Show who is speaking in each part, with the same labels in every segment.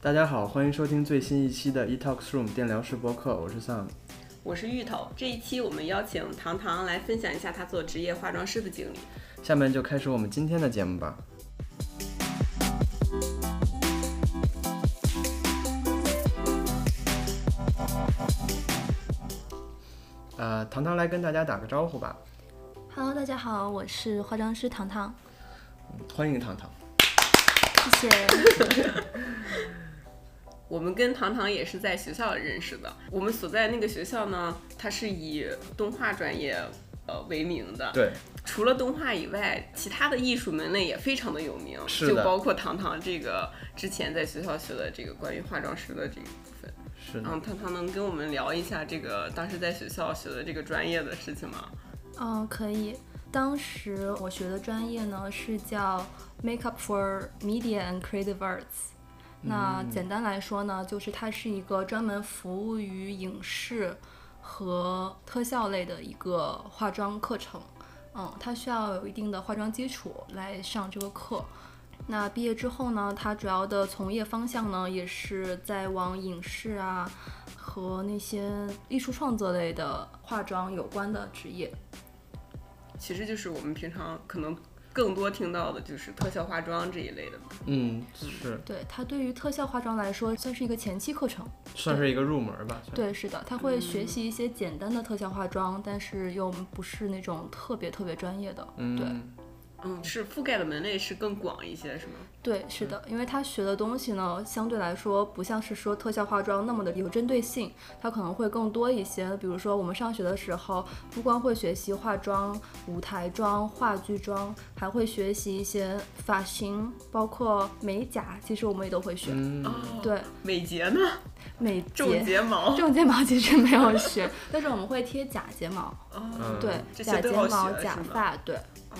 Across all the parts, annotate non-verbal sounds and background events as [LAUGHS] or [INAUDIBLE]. Speaker 1: 大家好，欢迎收听最新一期的 E Talks Room 电疗室播客，我是 Sam。
Speaker 2: 我是芋头。这一期我们邀请糖糖来分享一下她做职业化妆师的经历。
Speaker 1: 下面就开始我们今天的节目吧。呃，糖糖来跟大家打个招呼吧，
Speaker 3: Hello，大家好，我是化妆师糖糖，
Speaker 1: 欢迎糖糖。
Speaker 3: 谢谢。
Speaker 2: 我们跟糖糖也是在学校认识的。我们所在那个学校呢，它是以动画专业呃为名的。
Speaker 1: 对，
Speaker 2: 除了动画以外，其他的艺术门类也非常的有名，
Speaker 1: 是
Speaker 2: 就
Speaker 1: 的
Speaker 2: 包括糖糖这个之前在学校学的这个关于化妆师的这个部分。
Speaker 1: 是的，
Speaker 2: 嗯，糖糖能跟我们聊一下这个当时在学校学的这个专业的事情吗？
Speaker 3: 哦，可以。当时我学的专业呢是叫 Makeup for Media and Creative Arts。那简单来说呢，就是它是一个专门服务于影视和特效类的一个化妆课程。嗯，它需要有一定的化妆基础来上这个课。那毕业之后呢，它主要的从业方向呢，也是在往影视啊和那些艺术创作类的化妆有关的职业。
Speaker 2: 其实就是我们平常可能更多听到的就是特效化妆这一类的。
Speaker 1: 嗯，是
Speaker 3: 对它对于特效化妆来说，算是一个前期课程。
Speaker 1: 算是一个入门吧。算，
Speaker 3: 对，是的，它会学习一些简单的特效化妆，但是又不是那种特别特别专业的。对
Speaker 1: 嗯，
Speaker 2: 嗯，是覆盖的门类是更广一些，是吗？
Speaker 3: 对，是的，因为它学的东西呢，相对来说不像是说特效化妆那么的有针对性，它可能会更多一些。比如说我们上学的时候，不光会学习化妆、舞台妆、话剧妆，还会学习一些发型，包括美甲，其实我们也都会学。
Speaker 1: 嗯，
Speaker 2: 哦，
Speaker 3: 对，
Speaker 2: 美睫呢？
Speaker 3: 美
Speaker 2: 种
Speaker 3: [LAUGHS] 睫。
Speaker 2: 睫毛。哦
Speaker 3: 种睫毛其实没有学， [LAUGHS] 但是我们会贴假睫毛，
Speaker 2: 哦
Speaker 1: 嗯
Speaker 3: 对，
Speaker 2: 这
Speaker 3: 假
Speaker 2: 些
Speaker 3: 睫
Speaker 2: 都要
Speaker 3: 毛、
Speaker 2: 学
Speaker 3: 假
Speaker 2: 是吗
Speaker 3: 发，对，
Speaker 2: 哦，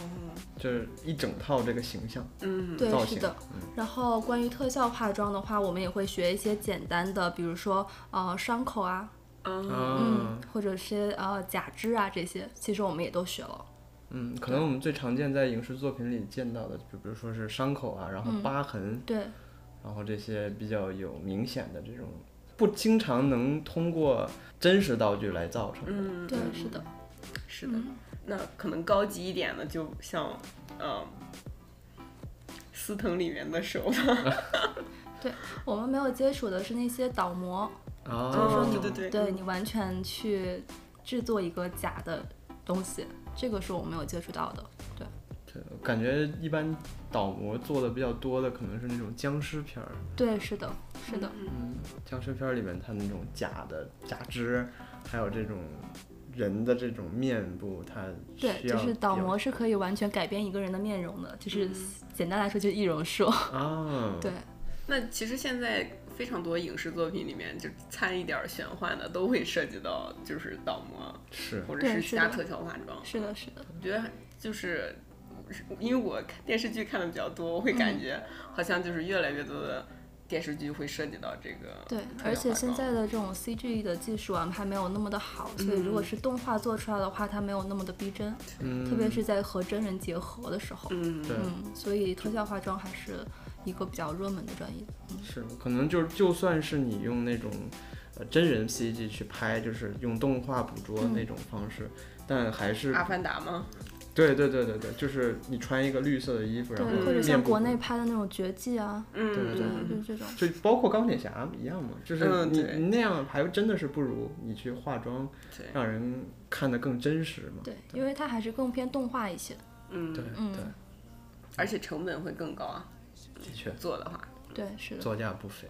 Speaker 1: 就是一整套这个形象
Speaker 2: 嗯，
Speaker 3: 对
Speaker 1: 造，
Speaker 3: 是
Speaker 1: 型
Speaker 3: 的。然后关于特效化妆的话，我们也会学一些简单的，比如说呃伤口啊，
Speaker 2: 哦，
Speaker 3: 嗯
Speaker 1: 啊，，
Speaker 3: 或者是呃假肢啊这些，其实我们也都学了。
Speaker 1: 嗯，可能我们最常见在影视作品里见到的，就比如说是伤口啊，然后
Speaker 3: 嗯
Speaker 1: 疤痕，
Speaker 3: 对，
Speaker 1: 然后这些比较有明显的这种，不经常能通过真实道具来造成的。
Speaker 2: 嗯，
Speaker 3: 对，是的，
Speaker 2: 是的。
Speaker 3: 嗯，
Speaker 2: 那可能高级一点的，就像，嗯，司藤里面的手，
Speaker 3: 我们没有接触的是那些倒模，
Speaker 1: 啊，
Speaker 3: 就是说
Speaker 2: 哦
Speaker 3: 你
Speaker 2: 对对对
Speaker 3: 对你完全去制作一个假的东西，这个是我没有接触到的。
Speaker 1: 对感觉一般倒模做的比较多的可能是那种僵尸片儿，
Speaker 3: 对，是的，是的，
Speaker 1: 嗯，僵尸片儿里面它那种假的假肢，还有这种人的这种面部，它
Speaker 3: 对，
Speaker 1: 需
Speaker 3: 就
Speaker 1: 要
Speaker 3: 是倒
Speaker 1: 比较
Speaker 3: 模是可以完全改变一个人的面容的，就是
Speaker 2: 嗯
Speaker 3: 简单来说 [LAUGHS] 就是易容术。
Speaker 1: 啊，
Speaker 3: 对，
Speaker 2: 那其实现在非常多影视作品里面，就掺一点儿玄幻的，都会涉及到就是倒模
Speaker 1: 是
Speaker 2: 或者
Speaker 3: 对
Speaker 2: 是
Speaker 3: 是
Speaker 2: 其他
Speaker 3: 的
Speaker 2: 特效化妆。
Speaker 3: 是的，是的，
Speaker 2: 我觉得就是因为我看电视剧看的比较多，我会
Speaker 3: 嗯
Speaker 2: 感觉好像就是越来越多的电视剧会涉及到这个。
Speaker 3: 对。
Speaker 2: 特
Speaker 3: 而
Speaker 2: 效
Speaker 3: 且
Speaker 2: 化
Speaker 3: 现
Speaker 2: 妆
Speaker 3: 在的这种 CG 的技术啊，还没有那么的好，所以如果
Speaker 2: 嗯
Speaker 3: 是动画做出来的话，它没有那么的逼真，
Speaker 1: 嗯，
Speaker 3: 特别是在和真人结合的时候。
Speaker 2: 嗯，
Speaker 1: 对
Speaker 3: 嗯，所以特效化妆还是一个比较热门的专业。
Speaker 1: 是，可能就是就算是你用那种呃真人 CG 去拍，就是用动画捕捉
Speaker 3: 嗯
Speaker 1: 那种方式，但还是
Speaker 2: 阿凡达吗？
Speaker 1: 对对对对对，就是你穿一个绿色的衣服，然后
Speaker 3: 对，或者像
Speaker 1: 面部
Speaker 3: 国内拍的那种绝技啊，
Speaker 2: 嗯，
Speaker 1: 对
Speaker 3: 对，
Speaker 2: 嗯
Speaker 3: 就是这种。
Speaker 1: 就包括钢铁侠一样嘛，就是
Speaker 2: 嗯
Speaker 1: 你、
Speaker 2: 对
Speaker 1: 你那样还真的是不如你去化妆，
Speaker 2: 对，
Speaker 1: 让人看得更真实嘛。
Speaker 3: 对，因为它还是更偏动画一些。
Speaker 2: 嗯，
Speaker 1: 对
Speaker 3: 嗯
Speaker 1: 对，
Speaker 2: 而且成本会更高啊，
Speaker 1: 的确
Speaker 2: 做的话。
Speaker 3: 对，是的。
Speaker 1: 造价不菲。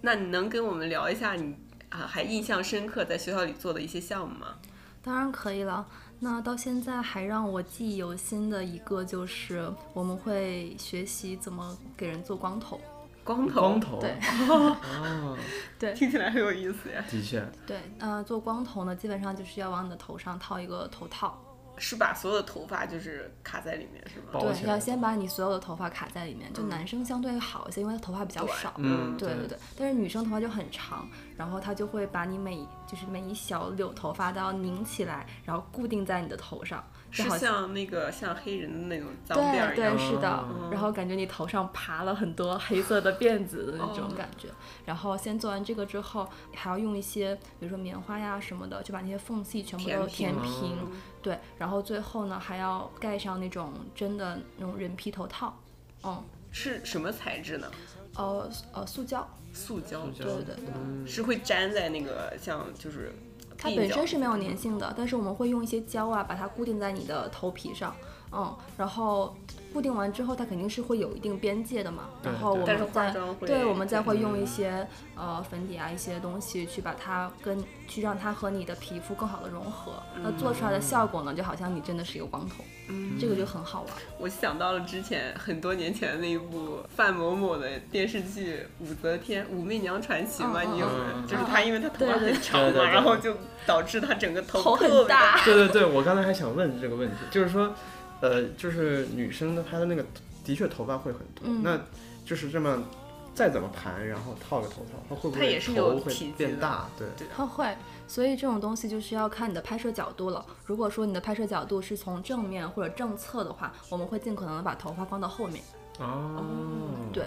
Speaker 2: 那你能跟我们聊一下你啊还印象深刻在学校里做的一些项目吗？
Speaker 3: 当然可以了。那到现在还让我记忆犹新的一个就是，我们会学习怎么给人做光头。
Speaker 2: 光头，
Speaker 1: 光头
Speaker 3: 对
Speaker 1: 啊，
Speaker 2: 听起来很有意思呀，
Speaker 1: 的
Speaker 3: [LAUGHS]
Speaker 1: 确，
Speaker 3: 对，呃，做光头呢，基本上就是要往你的头上套一个头套，
Speaker 2: 是把所有的头发就是卡在里面是吗？
Speaker 1: 包
Speaker 3: 对
Speaker 1: 起，来
Speaker 3: 要先把你所有的头发卡在里面。就
Speaker 2: 嗯
Speaker 3: 男生相对好一些，因为头发比较
Speaker 2: 短
Speaker 3: 少。
Speaker 1: 嗯，
Speaker 3: 对对对，但是女生头发就很长，然后她就会把你每就是每一小绺头发都要拧起来，然后固定在你的头上，就是好
Speaker 2: 像那个像黑人的那种脏辫
Speaker 3: 对
Speaker 2: 儿一样
Speaker 3: 对，
Speaker 1: 样
Speaker 3: 是的
Speaker 1: 嗯。
Speaker 3: 然后感觉你头上爬了很多黑色的辫子的那种
Speaker 2: 哦
Speaker 3: 感觉。然后先做完这个之后，还要用一些比如说棉花呀什么的，就把那些缝隙全部
Speaker 2: 填
Speaker 3: 都
Speaker 2: 平
Speaker 3: 填
Speaker 1: 哦
Speaker 3: 平。对，然后最后呢还要盖上那种真的那种人皮头套。嗯，
Speaker 2: 是什么材质呢？
Speaker 3: 呃呃，塑胶。
Speaker 2: 塑胶，
Speaker 1: 塑胶
Speaker 3: 对对对，
Speaker 1: 嗯
Speaker 2: 是会粘在那个像就是
Speaker 3: 它
Speaker 2: 鬓
Speaker 3: 本
Speaker 2: 角
Speaker 3: 身是没有粘性的，但是我们会用一些胶啊把它固定在你的头皮上。嗯，然后固定完之后，它肯定是会有一定边界的嘛。
Speaker 1: 对
Speaker 3: 然后
Speaker 1: 对
Speaker 3: 我
Speaker 2: 但是
Speaker 3: 们
Speaker 2: 化
Speaker 3: 再
Speaker 2: 妆会
Speaker 3: 对，我们再会
Speaker 1: 嗯
Speaker 3: 用一些呃粉底啊，一些东西去把它跟去让它和你的皮肤更好的融合。那做出来的效果呢，就好像你真的是一个光头，
Speaker 2: 嗯
Speaker 3: 这个就很好玩。
Speaker 2: 我想到了之前很多年前的那一部范某某的电视剧《武则天武媚娘传奇》嘛，
Speaker 3: 嗯嗯
Speaker 2: 你有没
Speaker 1: 嗯
Speaker 2: 有？
Speaker 1: 嗯
Speaker 2: 就是她，因为她头发
Speaker 3: 对对
Speaker 2: 很长
Speaker 1: 对对
Speaker 2: 嘛，
Speaker 1: 对
Speaker 2: 然后就导致她整个头
Speaker 3: 头
Speaker 2: 特
Speaker 3: 很
Speaker 2: 别
Speaker 1: [LAUGHS]
Speaker 3: 大，
Speaker 1: 对对对，我刚才还想问这个问题，就是说，呃，就是女生的她的那个的确头发会很多，
Speaker 3: 嗯
Speaker 1: 那就是这么再怎么盘，然后套个头套，它会不
Speaker 2: 它
Speaker 1: 会
Speaker 2: 也是有
Speaker 1: 头
Speaker 2: 体积
Speaker 1: 会
Speaker 2: 的
Speaker 1: 变大？对，
Speaker 3: 它会，所以这种东西就是要看你的拍摄角度了。如果说你的拍摄角度是从正面或者正侧的话，我们会尽可能的把头发放到后面。
Speaker 1: 哦
Speaker 3: 对，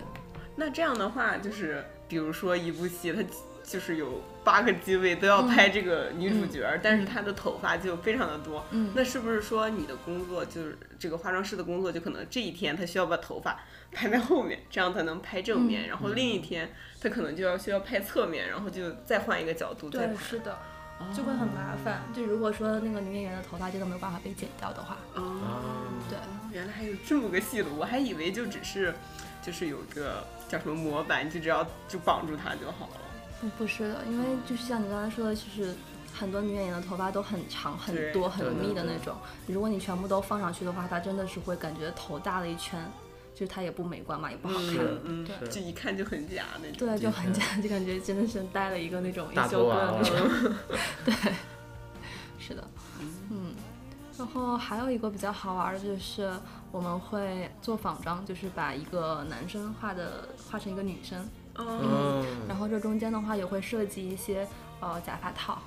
Speaker 2: 那这样的话，就是比如说一部戏，它就是有八个机位都要
Speaker 3: 嗯
Speaker 2: 拍这个女主角，但是她的头发就非常的多。
Speaker 3: 嗯
Speaker 2: 那是不是说你的工作就是这个化妆师的工作，就可能这一天她需要把头发排在后面，这样才能拍正
Speaker 3: 嗯
Speaker 2: 面，然后
Speaker 1: 嗯
Speaker 2: 另一天她可能就要需要拍侧面，然后就再换一个角度再
Speaker 3: 对，
Speaker 2: 拍。
Speaker 3: 是的，就会很麻烦。就如果说那个女演员的头发真的没有办法被剪掉的话，
Speaker 2: 哦，
Speaker 1: 啊，
Speaker 3: 对，
Speaker 2: 原来还有这么个戏路，我还以为就只是就是有个叫什么模板，你就只要就绑住它就好了。
Speaker 3: 不不是的，因
Speaker 1: 嗯
Speaker 3: 为就是像你刚才说的，就是很多女演员的头发都很长、很多、很
Speaker 1: 对对
Speaker 3: 密的
Speaker 1: 对
Speaker 3: 那种。如果你全部都放上去的话，它真的是会感觉头大了一圈，就是它也不美观嘛，也不好看。
Speaker 1: 是
Speaker 2: 嗯
Speaker 1: 是，
Speaker 2: 就一看就很假那种。
Speaker 3: 对，就很
Speaker 1: 的
Speaker 3: 假，就感觉真的是戴了一个那种一
Speaker 1: 大
Speaker 3: 休
Speaker 1: 头啊娃
Speaker 3: 哥的
Speaker 1: 娃
Speaker 3: 那种。
Speaker 1: [LAUGHS]
Speaker 3: 是的，嗯，然后还有一个比较好玩儿的就是我们会做仿妆，就是把一个男生画的画成一个女生，
Speaker 2: 嗯
Speaker 1: 嗯，
Speaker 3: 然后这中间的话也会设计一些呃假发套，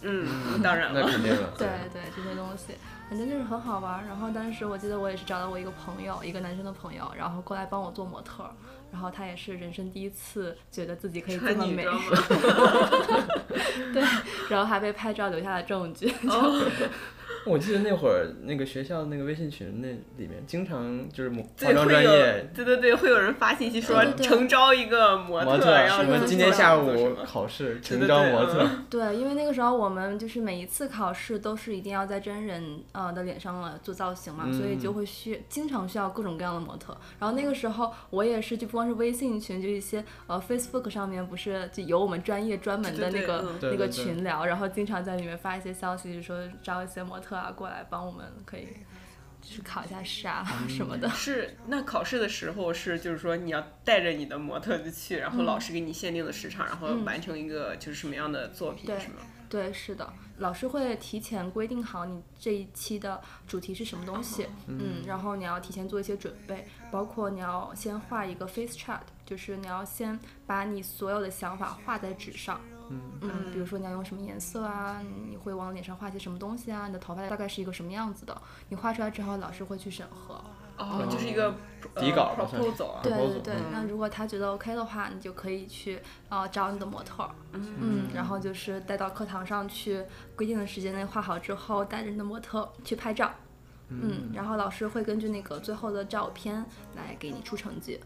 Speaker 2: 嗯，当然
Speaker 1: 那
Speaker 2: 了，
Speaker 1: 肯定了，
Speaker 3: 对对这些东西，反正就是很好玩儿。然后当时我记得我也是找到我一个朋友，一个男生的朋友，然后过来帮我做模特儿，然后他也是人生第一次觉得自己可以这
Speaker 2: 穿
Speaker 3: 么
Speaker 2: 女
Speaker 3: 美，
Speaker 2: 装嘛。
Speaker 3: [LAUGHS] 对，然后还被拍照留下了证据。
Speaker 2: [LAUGHS] 哦，
Speaker 1: 我记得那会儿那个学校那个微信群那里面，经常就是模化
Speaker 2: 对，
Speaker 1: 妆
Speaker 2: 会
Speaker 1: 专
Speaker 2: 有
Speaker 1: 业，
Speaker 2: 对对对，会有人发信息说
Speaker 3: 对对对
Speaker 2: 诚招一个模
Speaker 1: 模
Speaker 2: 然后
Speaker 1: 什么
Speaker 3: 就
Speaker 1: 今
Speaker 3: 是
Speaker 1: 天
Speaker 3: 说
Speaker 1: 下
Speaker 2: 要做什
Speaker 1: 午
Speaker 2: 么
Speaker 1: 考试，
Speaker 2: 对嗯
Speaker 1: 成
Speaker 2: 对
Speaker 1: 招
Speaker 2: 对
Speaker 1: 模特，
Speaker 3: [LAUGHS] 对，因为那个时候我们就是每一次考试都是一定要在真人呃的脸上了做造型嘛，所以就
Speaker 1: 嗯
Speaker 3: 会需经常需要各种各样的模特。然后那个时候我也是，就不光是微信群，就一些呃 Facebook 上面不是就有我们专业专门
Speaker 2: 对
Speaker 3: 的
Speaker 2: 对
Speaker 3: 那个
Speaker 2: 嗯
Speaker 1: 对
Speaker 3: 那
Speaker 1: 对
Speaker 3: 个
Speaker 1: 对
Speaker 3: 群聊，然后经常在里面发一些消息，就说招一些模特啊过来帮我们可以就是考一下试啊
Speaker 1: 嗯
Speaker 3: 什么的。
Speaker 2: 是那考试的时候是就是说你要带着你的模特就去，然后
Speaker 3: 嗯
Speaker 2: 老师给你限定的时长，然后
Speaker 3: 嗯
Speaker 2: 完成一个就是什么样的作品
Speaker 3: 对
Speaker 2: 是吗？
Speaker 3: 对，是的，老师会提前规定好你这一期的主题是什么东西，嗯，然后你要提前做一些准备，包括你要先画一个 face chart，就是你要先把你所有的想法画在纸上，
Speaker 1: 嗯
Speaker 3: 比如说你要用什么颜色啊，你会往脸上画些什么东西啊，你的头发大概是一个什么样子的，你画出来之后，老师会去审核，
Speaker 2: 哦，就是一个呃
Speaker 1: 底稿吧算是
Speaker 2: proposal 啊。
Speaker 3: 对对
Speaker 1: proposal，
Speaker 3: 对，那如果他觉得 OK 的话，你就可以去呃找你的模特儿，嗯然后就是带到课堂上去，规定的时间内画好之后，带着你的模特去拍照，嗯，然后老师会根据那个最后的照片来给你出成绩，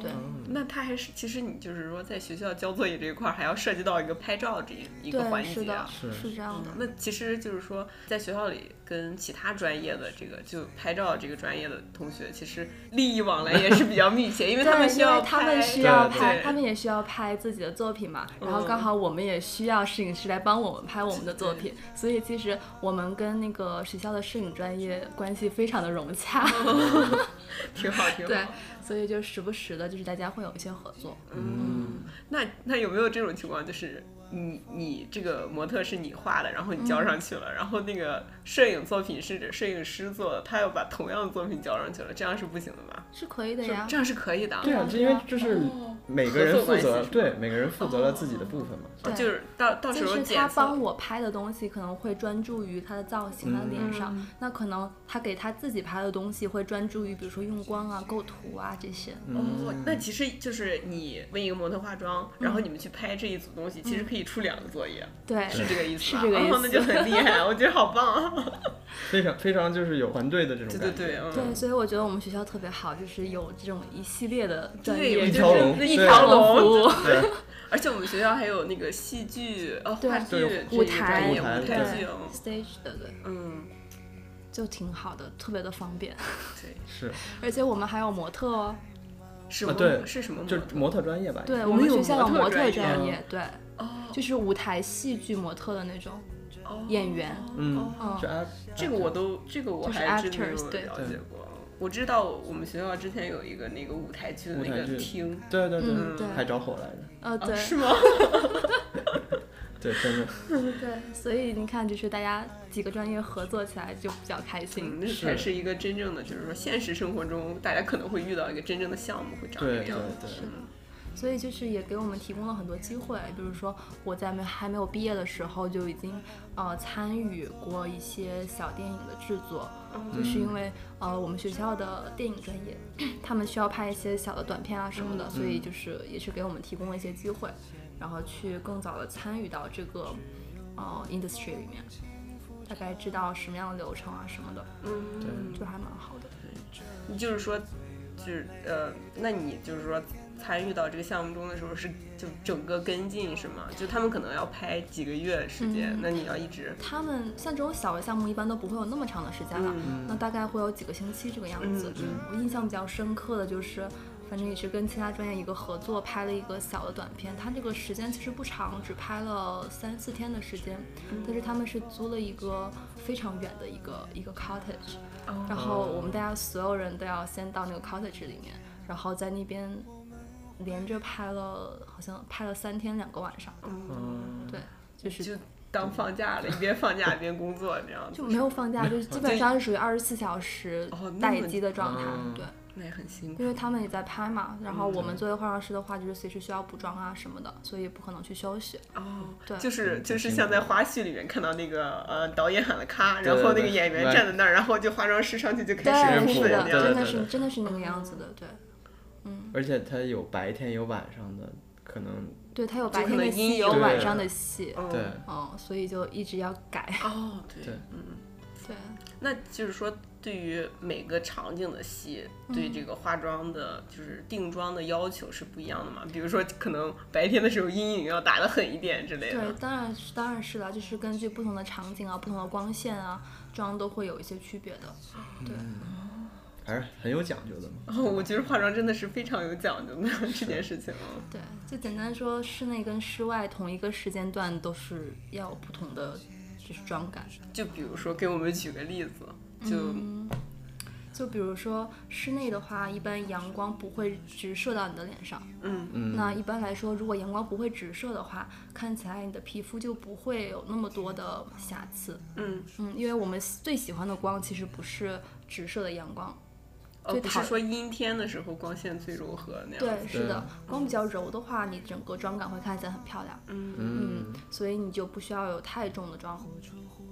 Speaker 3: 对，
Speaker 2: 哦
Speaker 1: 嗯
Speaker 2: 那他还是，其实你就是说，在学校交作业这一块儿，还要涉及到一个拍照这一一个环
Speaker 3: 对，是
Speaker 2: 节、
Speaker 3: 的
Speaker 2: 啊。，
Speaker 1: 是
Speaker 3: 是这样的，
Speaker 2: 那其实就是说，在学校里跟其他专业的这个就拍照这个专业的同学，其实利益往来也是比较密切，因为他们
Speaker 3: 对，
Speaker 2: 需
Speaker 3: 因
Speaker 2: 要
Speaker 3: 为
Speaker 2: 拍，
Speaker 3: 他们需
Speaker 1: 对
Speaker 3: 要
Speaker 1: 对
Speaker 3: 拍，
Speaker 2: 对
Speaker 3: 他们也需要拍自己的作品嘛。然后
Speaker 2: 嗯
Speaker 3: 刚好我们也需要摄影师来帮我们拍我们的作品，所以其实我们跟那个学校的摄影专业关系非常的融洽。
Speaker 2: 嗯挺好挺好。
Speaker 3: 对，所以就
Speaker 2: 嗯
Speaker 1: 嗯
Speaker 3: 时不时的，就是大家会有一些合作。
Speaker 2: 那那有没有这种情况，就是你你这个模特是你画的，然后你交
Speaker 3: 嗯
Speaker 2: 上去了，然后那个摄影作品是摄影师做的，他要把同样的作品交上去了，这样是不行的吧？
Speaker 3: 是可以的
Speaker 2: 是
Speaker 3: 呀。
Speaker 2: 这样是可以的啊。
Speaker 1: 对啊，这因为这是
Speaker 2: 哦
Speaker 1: 每个人
Speaker 2: 合作
Speaker 1: 负
Speaker 2: 关系
Speaker 1: 责，
Speaker 2: 是吧
Speaker 1: 对每个人负责了自己的部分嘛。
Speaker 2: 哦
Speaker 3: 对
Speaker 2: 就是到到时候
Speaker 3: 啊但是
Speaker 2: 检
Speaker 3: 他
Speaker 2: 测
Speaker 3: 帮我拍的东西可能会专注于他的造型、他的脸上，
Speaker 2: 嗯
Speaker 3: 那可能他给他自己拍的东西会专注于，比如说用光啊、构图啊这些。
Speaker 1: 嗯
Speaker 2: 哦，那其实就是你为一个模特化妆，然
Speaker 3: 嗯
Speaker 2: 后你们去拍这一组东西，其实可以出两个作业，
Speaker 3: 对，
Speaker 2: 是这个意思吧？
Speaker 3: 嗯哎是这个意思
Speaker 2: 哦那就很厉害，我觉得好棒
Speaker 3: [LAUGHS]
Speaker 2: 啊！
Speaker 1: 非常非常就是有团队的这种
Speaker 2: 对
Speaker 1: 感
Speaker 2: 对
Speaker 1: 觉。
Speaker 2: 对，嗯。
Speaker 3: 对，所以我觉得我们学校特别好，就是有这种一系列的专
Speaker 2: 对，
Speaker 3: 业
Speaker 2: 我
Speaker 1: 一
Speaker 2: 觉
Speaker 1: 条
Speaker 2: 得
Speaker 1: 龙
Speaker 2: 那一
Speaker 3: [LAUGHS]
Speaker 1: 对
Speaker 2: 条
Speaker 3: 服
Speaker 2: 龙，
Speaker 3: 务。
Speaker 1: 对啊
Speaker 2: 而且我们学校还有那个戏剧、呃
Speaker 3: 对
Speaker 2: 话剧
Speaker 1: 对
Speaker 2: 这一
Speaker 3: 舞
Speaker 2: 个
Speaker 3: 台
Speaker 2: 专业
Speaker 1: 舞
Speaker 2: 舞
Speaker 1: 台
Speaker 2: 台
Speaker 1: 对
Speaker 2: 剧，嗯
Speaker 3: stage 的对，
Speaker 2: 嗯，
Speaker 3: 就挺好的，特别的方便。
Speaker 2: 对，
Speaker 1: 是，
Speaker 3: 而且我们还有模特哦，
Speaker 2: 是
Speaker 1: 啊
Speaker 2: 模
Speaker 1: 对
Speaker 2: 是什么模
Speaker 1: 就
Speaker 2: 特？
Speaker 1: 是模特专业吧。
Speaker 3: 对
Speaker 2: 我
Speaker 3: 我
Speaker 2: 们
Speaker 3: 们
Speaker 2: 嗯有
Speaker 3: 学校有
Speaker 2: 模
Speaker 3: 模
Speaker 2: 特专
Speaker 3: 特
Speaker 2: 嗯
Speaker 3: 专
Speaker 1: 业
Speaker 3: 业，对，
Speaker 2: 哦
Speaker 3: 就是舞台戏剧模特的那种
Speaker 2: 哦
Speaker 3: 演员。
Speaker 1: 嗯，
Speaker 3: 嗯
Speaker 1: 就，啊，
Speaker 2: 这个我都这个我
Speaker 3: 就是
Speaker 2: 还真没有
Speaker 3: actors，对
Speaker 2: 了解过。我知道我们学校之前有一个那个舞台剧的那
Speaker 1: 舞台
Speaker 2: 个
Speaker 1: 剧
Speaker 2: 厅，
Speaker 1: 对对对，
Speaker 3: 嗯，对，
Speaker 1: 还着火来着。
Speaker 3: 呃，
Speaker 2: 啊
Speaker 3: 对，
Speaker 2: 是吗？
Speaker 1: 对，真的
Speaker 3: 对， [LAUGHS] 所以你看，就是大家几个专业合作起来就比较开
Speaker 2: 嗯
Speaker 3: 心。
Speaker 2: 那
Speaker 1: 是
Speaker 2: 才是一个真正的，就是说现实生活中大家可能会遇到一个真正的项目会长这
Speaker 1: 对
Speaker 2: 个
Speaker 1: 对
Speaker 2: 样子。
Speaker 1: 对。
Speaker 3: 所以就是也给我们提供了很多机会，比如说我在没还没有毕业的时候就已经呃参与过一些小电影的制作，
Speaker 2: 嗯
Speaker 1: 嗯
Speaker 3: 就是因为呃我们学校的电影专业，他们需要拍一些小的短片啊什么的，所
Speaker 2: 嗯
Speaker 3: 以就是也是给我们提供了一些机会，然后去更早的参与到这个呃 industry 里面，大概知道什么样的流程啊什么的，
Speaker 2: 嗯，
Speaker 3: 就还蛮好的。
Speaker 2: 你就是说，就是呃，那你就是说参与到这个项目中的时候是就整个跟进是吗？就他们可能要拍几个月时间，
Speaker 3: 嗯
Speaker 2: 那你要一直
Speaker 3: 他们像这种小的项目，一般都不会有那么长的时间了，
Speaker 1: 嗯
Speaker 2: 嗯
Speaker 3: 那大概会有几个星期这个样子。我印象比较深刻的就是，反正也是跟其他专业一个合作拍了一个小的短片，它这个时间其实不长，只拍了三四天的时间，
Speaker 2: 嗯
Speaker 3: 但嗯是他们是租了一个非常远的一个一个 cottage，、
Speaker 2: 哦
Speaker 3: 然后我们大家所有人都要先到那个 cottage 里面，然后在那边连着拍了，好像拍了三天两个晚上，
Speaker 1: 嗯，
Speaker 3: 对，就是
Speaker 2: 就当放假了，一边放假一边工作这样子，
Speaker 3: 就没有放假，就是基本上是属于二十四小时
Speaker 2: 哦那
Speaker 3: 待
Speaker 2: 么
Speaker 3: 机的状态。
Speaker 1: 嗯
Speaker 3: 对，
Speaker 2: 那也很辛苦。
Speaker 3: 因为他们也在拍嘛，然后我们作为化妆师的话，就是随时需要补妆啊什么的，所以也不可能去休息。
Speaker 2: 哦，
Speaker 3: 对
Speaker 2: 就是
Speaker 1: 嗯
Speaker 2: 就是
Speaker 1: 挺
Speaker 2: 像在
Speaker 1: 辛苦
Speaker 2: 花絮里面看到那个呃导演喊了咔，
Speaker 1: 对
Speaker 2: 然后那
Speaker 1: 对
Speaker 2: 个
Speaker 1: 对
Speaker 2: 演员
Speaker 1: 来
Speaker 2: 站在那儿，然后就化妆师上去就开始
Speaker 3: 对，
Speaker 1: 是
Speaker 2: 补
Speaker 1: 的
Speaker 3: 是的，
Speaker 1: 对
Speaker 2: 那
Speaker 1: 对
Speaker 3: 真
Speaker 2: 样
Speaker 3: 的
Speaker 1: 对
Speaker 3: 是
Speaker 1: 对
Speaker 3: 真的是那个样子的。对，
Speaker 1: 而且它有白天有晚上的，可能
Speaker 3: 对，他有
Speaker 2: 可
Speaker 3: 白天
Speaker 2: 能
Speaker 3: 的
Speaker 2: 阴
Speaker 3: 戏，有
Speaker 1: 影
Speaker 3: 晚
Speaker 1: 对
Speaker 3: 上的戏，
Speaker 2: 嗯
Speaker 1: 对，
Speaker 3: 嗯，所以就一直要改。
Speaker 2: 哦，对
Speaker 1: 对
Speaker 2: 嗯，
Speaker 3: 对，
Speaker 2: 那就是说，对于每个场景的戏，对
Speaker 3: 嗯
Speaker 2: 这个化妆的，就是定妆的要求是不一样的嘛？比如说，可能白天的时候阴影要打得狠一点之类
Speaker 3: 对啊
Speaker 2: 的。，
Speaker 3: 当然是当然是了，就是根据不同的场景啊、不同的光线啊，妆都会有一些区别的。对，
Speaker 1: 还是很有讲究的嘛。
Speaker 2: 然后我觉得化妆真的是非常有讲究的 [LAUGHS] 这件事情。
Speaker 3: 对，就简单说，室内跟室外同一个时间段都是要有不同的就是妆感。
Speaker 2: 就比如说，给我们举个例子，就、
Speaker 3: 嗯就比如说室内的话，一般阳光不会直射到你的脸上。
Speaker 2: 嗯
Speaker 1: 嗯
Speaker 3: 那一般来说，如果阳光不会直射的话，看起来你的皮肤就不会有那么多的瑕疵。
Speaker 2: 嗯，
Speaker 3: 嗯，因为我们最喜欢的光其实不是直射的阳光，
Speaker 2: 呃，
Speaker 3: 最
Speaker 2: 不
Speaker 3: 讨
Speaker 2: 是说阴天的时候光线最柔和那样子。
Speaker 3: 对，是
Speaker 1: 对
Speaker 3: 的，光比较柔的话，你整个妆感会看起来很漂亮。
Speaker 2: 嗯，
Speaker 1: 嗯，
Speaker 3: 所以你就不需要有太重的妆。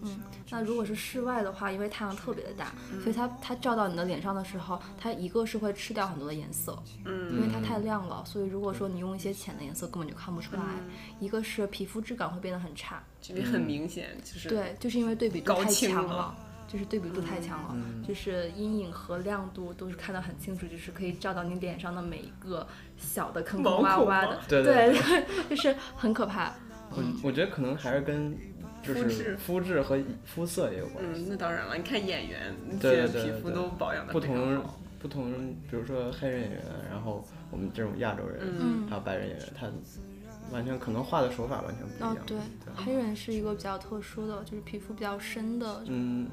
Speaker 3: 嗯，
Speaker 2: 啊
Speaker 3: 那如果是室外的话，因为太阳特别的大，所以它
Speaker 2: 嗯
Speaker 3: 它照到你的脸上的时候，它一个是会吃掉很多的颜色，
Speaker 2: 嗯，
Speaker 3: 因为它太亮了，所以如果说你用一些浅的颜色根本就看不出来。一个是皮肤质感会变得很差，
Speaker 2: 嗯这边很明显，就是
Speaker 3: 对，就是因为对比度
Speaker 2: 高
Speaker 3: 太
Speaker 2: 清
Speaker 3: 强
Speaker 2: 了嗯
Speaker 3: 了。就是对比度太强了，
Speaker 1: 嗯
Speaker 3: 就是阴影和亮度都是看得很清楚，就是可以照到你脸上的每一个小的坑
Speaker 2: 毛
Speaker 3: 坑洼
Speaker 2: 孔
Speaker 3: 洼
Speaker 2: 吗
Speaker 3: 的，
Speaker 1: 对对
Speaker 3: 对 [LAUGHS] 就是很可怕。
Speaker 1: 我我觉得可能还是跟就
Speaker 2: 肤质
Speaker 1: 是肤质和肤色也有关系。
Speaker 2: 嗯，那当然了。你看演员，那
Speaker 1: 对
Speaker 2: 些
Speaker 1: 对对
Speaker 2: 皮肤
Speaker 1: 对
Speaker 2: 都保养的
Speaker 1: 不同
Speaker 2: 嗯
Speaker 1: 不同，比如说黑人演员，然后我们这种亚洲人，
Speaker 2: 嗯
Speaker 1: 还有白人演员，他完全可能画的手法完全不一
Speaker 3: 哦
Speaker 1: 样。，
Speaker 3: 对，黑人是一个比较特殊的，就是皮肤比较深的，
Speaker 1: 嗯，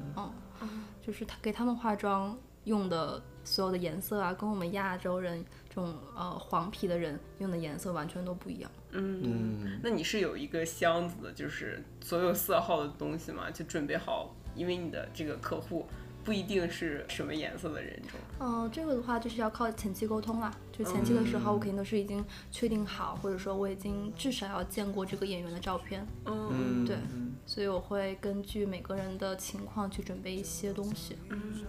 Speaker 3: 就是他给他们化妆用的所有的颜色啊，跟我们亚洲人这种呃黄皮的人用的颜色完全都不一样。
Speaker 1: 嗯，
Speaker 2: 那你是有一个箱子的，就是所有色号的东西嘛，就准备好，因为你的这个客户不一定是什么颜色的人种。
Speaker 3: 嗯、这个的话就是要靠前期沟通啦。就前期的时
Speaker 2: 嗯
Speaker 3: 候，我肯定都是已经确定好，或者说我已经至少要见过这个演员的照片，
Speaker 2: 嗯
Speaker 1: 嗯，
Speaker 3: 对
Speaker 1: 嗯
Speaker 3: 所以我会根据每个人的情况去准备一些东西。
Speaker 2: 嗯，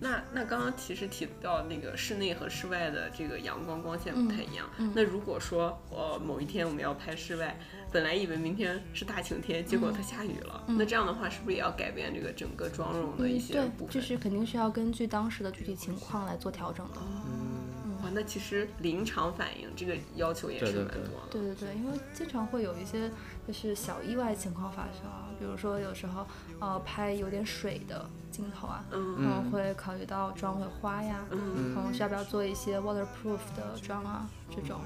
Speaker 2: 那那刚刚其实提到那个室内和室外的这个阳光光线不
Speaker 3: 嗯
Speaker 2: 太一样。那如果说呃某一天我们要拍室外，本来以为明天是大晴天，结
Speaker 3: 嗯
Speaker 2: 果它下雨了，那这样的话是不是也要改变这个整个妆容的一
Speaker 3: 嗯，
Speaker 2: 些
Speaker 3: 对
Speaker 2: 部，分？
Speaker 3: 就是肯定是要根据当时的具体情况来做调整的。
Speaker 1: 嗯
Speaker 2: 哇，那其实临场反应这个要求也
Speaker 1: 对
Speaker 2: 是
Speaker 1: 对
Speaker 2: 蛮
Speaker 1: 对
Speaker 2: 多的。
Speaker 3: 对对对，因为经常会有一些就是小意外情况发生啊，比如说有时候呃拍有点水的镜头啊，
Speaker 2: 嗯
Speaker 3: 然后会考虑到妆会花呀，
Speaker 2: 嗯
Speaker 3: 然后是要不要做一些 waterproof 的妆啊这种。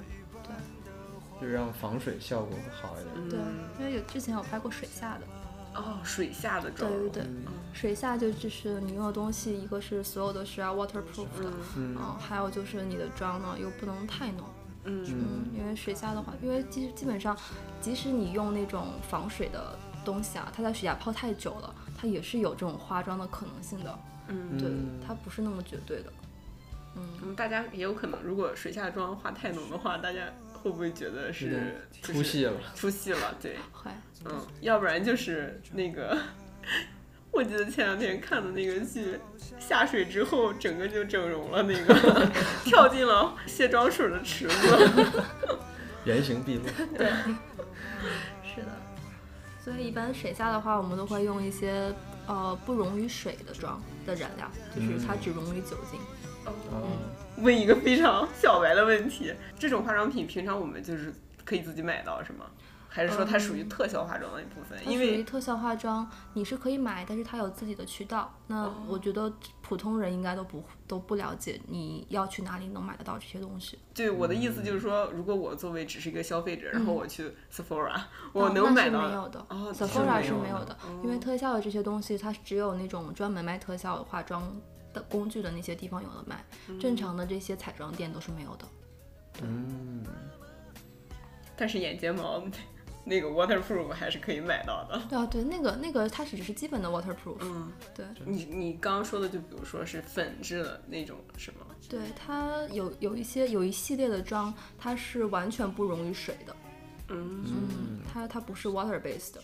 Speaker 1: 就让防水效果好一点。
Speaker 2: 嗯
Speaker 3: 对，因为有之前有拍过水下的，
Speaker 2: 哦，水下的妆
Speaker 3: 对对
Speaker 2: 容。
Speaker 3: 对，
Speaker 1: 嗯
Speaker 3: 水下就就是你用的东西，一个是所有都是要 waterproof 的，
Speaker 1: 嗯
Speaker 2: 嗯
Speaker 3: 嗯，还有就是你的妆呢又不能太浓，
Speaker 2: 嗯
Speaker 3: 嗯，因为水下的话，因为基基本上，即使你用那种防水的东西啊，它在水下泡太久了，它也是有这种化妆的可能性的。
Speaker 2: 嗯，
Speaker 3: 对
Speaker 1: 嗯，
Speaker 3: 它不是那么绝对的。嗯，
Speaker 2: 嗯大家也有可能，如果水下妆化太浓的话，大家会不会觉得是就是
Speaker 1: 出戏了，
Speaker 2: 出戏了？对，
Speaker 3: 会，
Speaker 2: 嗯，要不然就是那个， [LAUGHS] 我记得前两天看的那个剧，下水之后整个就整容了，那个 [LAUGHS] 跳进了卸妆水的池子。 [LAUGHS]
Speaker 1: 原形
Speaker 3: [LAUGHS]
Speaker 1: 毕露。
Speaker 3: 是的。所以一般水下的话，我们都会用一些呃不溶于水的妆的染料，就是它只溶于酒精。嗯
Speaker 1: 啊，
Speaker 2: 问一个非常小白的问题，这种化妆品平常我们就是可以自己买到是吗？还是说它属于特效化妆的一部分？
Speaker 3: 嗯它
Speaker 2: 因
Speaker 3: 属于
Speaker 2: 为
Speaker 3: 特效化妆，你是可以买，但是它有自己的渠道。那我觉得普通人应该都不都不了解你要去哪里能买得到这些东西。
Speaker 2: 对我的意
Speaker 3: 嗯
Speaker 2: 思就是说，如果我作为只是一个消费者，然后我去 Sephora，我
Speaker 3: 哦
Speaker 2: 能
Speaker 3: 那
Speaker 2: 买
Speaker 3: 是
Speaker 2: 到
Speaker 3: 没有的
Speaker 2: 哦
Speaker 3: ，Sephora
Speaker 1: 是
Speaker 3: 是
Speaker 1: 没
Speaker 3: 没
Speaker 1: 有
Speaker 3: 有的，嗯因为特效的这些东西，它只有那种专门卖特效化妆的工具的那些地方有的卖，
Speaker 2: 嗯
Speaker 3: 正常的这些彩妆店都是没有的。
Speaker 1: 嗯，
Speaker 2: 但是眼睫毛那个 waterproof 还是可以买到的。
Speaker 3: 对啊，对，那个那个它只是基本的 waterproof，
Speaker 2: 嗯，
Speaker 3: 对
Speaker 2: 你你刚刚说的，就比如说是粉质的那种，是吗？
Speaker 3: 对，它有有一些有一系列的妆，它是完全不溶于水的，
Speaker 2: 嗯，
Speaker 3: 嗯，它它不是 water based 的。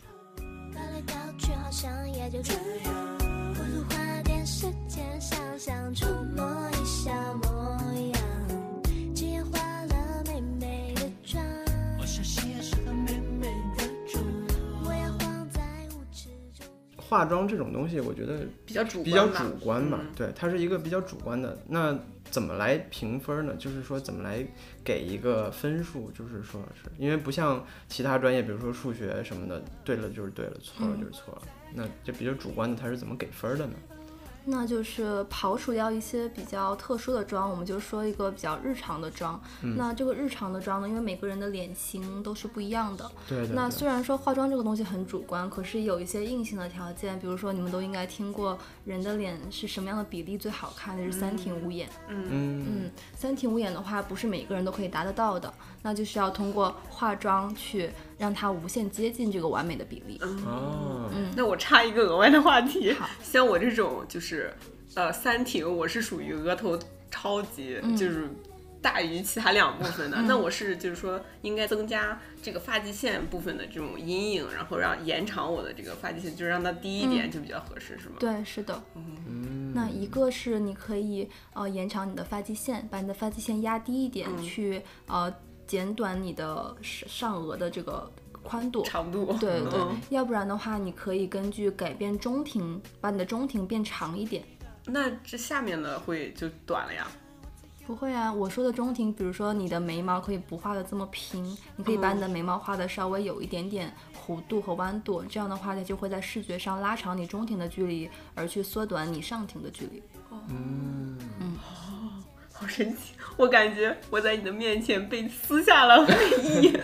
Speaker 4: 搞来搞去，好像也就这样。不如花点时间想想，触摸一下模样。既然化了美美的妆，
Speaker 5: 我想西安是个美美的妆。
Speaker 4: 不要慌在舞池中。
Speaker 1: 化妆这种东西，我觉得
Speaker 2: 比较主
Speaker 1: 比
Speaker 2: 观
Speaker 1: 较
Speaker 2: 吧
Speaker 1: 主观嘛，
Speaker 2: 嗯
Speaker 1: 对，它是一个比较主观的。那怎么来评分呢？就是说怎么来给一个分数？就是说是因为不像其他专业，比如说数学什么的，对了就是对了，错了就是错了。那这比较主观的，它是怎么给分的呢？
Speaker 3: 那就是刨除掉一些比较特殊的妆，我们就说一个比较日常的妆。那这个日常的妆呢，因为每个人的脸型都是不一样的。
Speaker 1: 对对
Speaker 3: 那
Speaker 1: 对，
Speaker 3: 虽然说化妆这个东西很主观，可是有一些硬性的条件，比如说你们都应该听过人的脸是什么样的比例最好看，就是三庭五眼。
Speaker 1: 嗯
Speaker 3: 嗯，三庭五眼的话，不是每个人都可以达得到的，那就是要通过化妆去让它无限接近这个完美的比例。
Speaker 1: 哦，
Speaker 2: 嗯那我插一个额外的话题
Speaker 3: 好，
Speaker 2: 像我这种就是呃三庭，我是属于额头超级、就是大于其他两部分的，那我是就是说应该增加这个发际线部分的这种阴影，然后让延长我的这个发际线，就是让它低一点就比较合适，是吗？
Speaker 3: 对，是的。
Speaker 1: 嗯
Speaker 3: 那一个是你可以呃延长你的发际线，把你的发际线压低一点，去呃减短你的上上额的这个宽度。
Speaker 2: 长度，
Speaker 3: 对对
Speaker 2: 嗯，
Speaker 3: 要不然的话，你可以根据改变中庭，把你的中庭变长一点。
Speaker 2: 那这下面的会就短了呀。
Speaker 3: 不会啊，我说的中庭，比如说你的眉毛可以不画的这么平，你可以把你的眉毛画的稍微有一点点弧度和弯度，这样的话它就会在视觉上拉长你中庭的距离，而去缩短你上庭的距离。
Speaker 2: 好神奇！我感觉 [LAUGHS] 我在你的面前被撕下了内衣。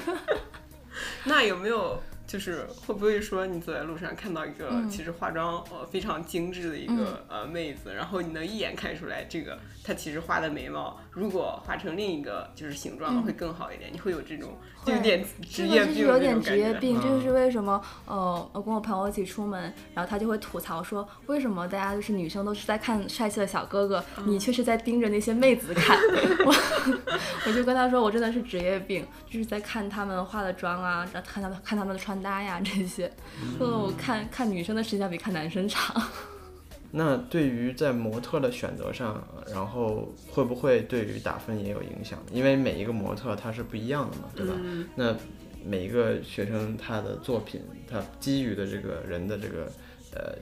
Speaker 2: 那有没有就是会不会说你走在路上看到一个
Speaker 3: 嗯
Speaker 2: 其实化妆呃非常精致的一个、呃妹子，然后你能一眼看出来这个她其实画的眉毛，如果画成另一个就是形状的
Speaker 3: 嗯
Speaker 2: 会更好一点，你会有这种
Speaker 3: 会
Speaker 2: 就有点职
Speaker 3: 这
Speaker 2: 业
Speaker 3: 个就是
Speaker 2: 病的
Speaker 3: 有
Speaker 2: 那
Speaker 3: 点
Speaker 2: 种感
Speaker 3: 职业
Speaker 2: 觉。
Speaker 3: 病，这就
Speaker 1: 嗯
Speaker 3: 是为什么呃，我跟我朋友一起出门，然后他就会吐槽说，为什么大家就是女生都是在看帅气的小哥哥，
Speaker 2: 嗯
Speaker 3: 你却是在盯着那些妹子看。 [LAUGHS] 我我就跟他说，我真的是职业病，就是在看他们化的妆啊，然后看他们看他们的穿搭呀这些，所以我
Speaker 2: 嗯
Speaker 3: 看看女生的时间比看男生长。 [LAUGHS]
Speaker 1: 那对于在模特的选择上，然后会不会对于打分也有影响？因为每一个模特它是不一样的嘛，对吧？
Speaker 2: 嗯
Speaker 1: 那每一个学生他的作品，他基于的这个人的这个呃。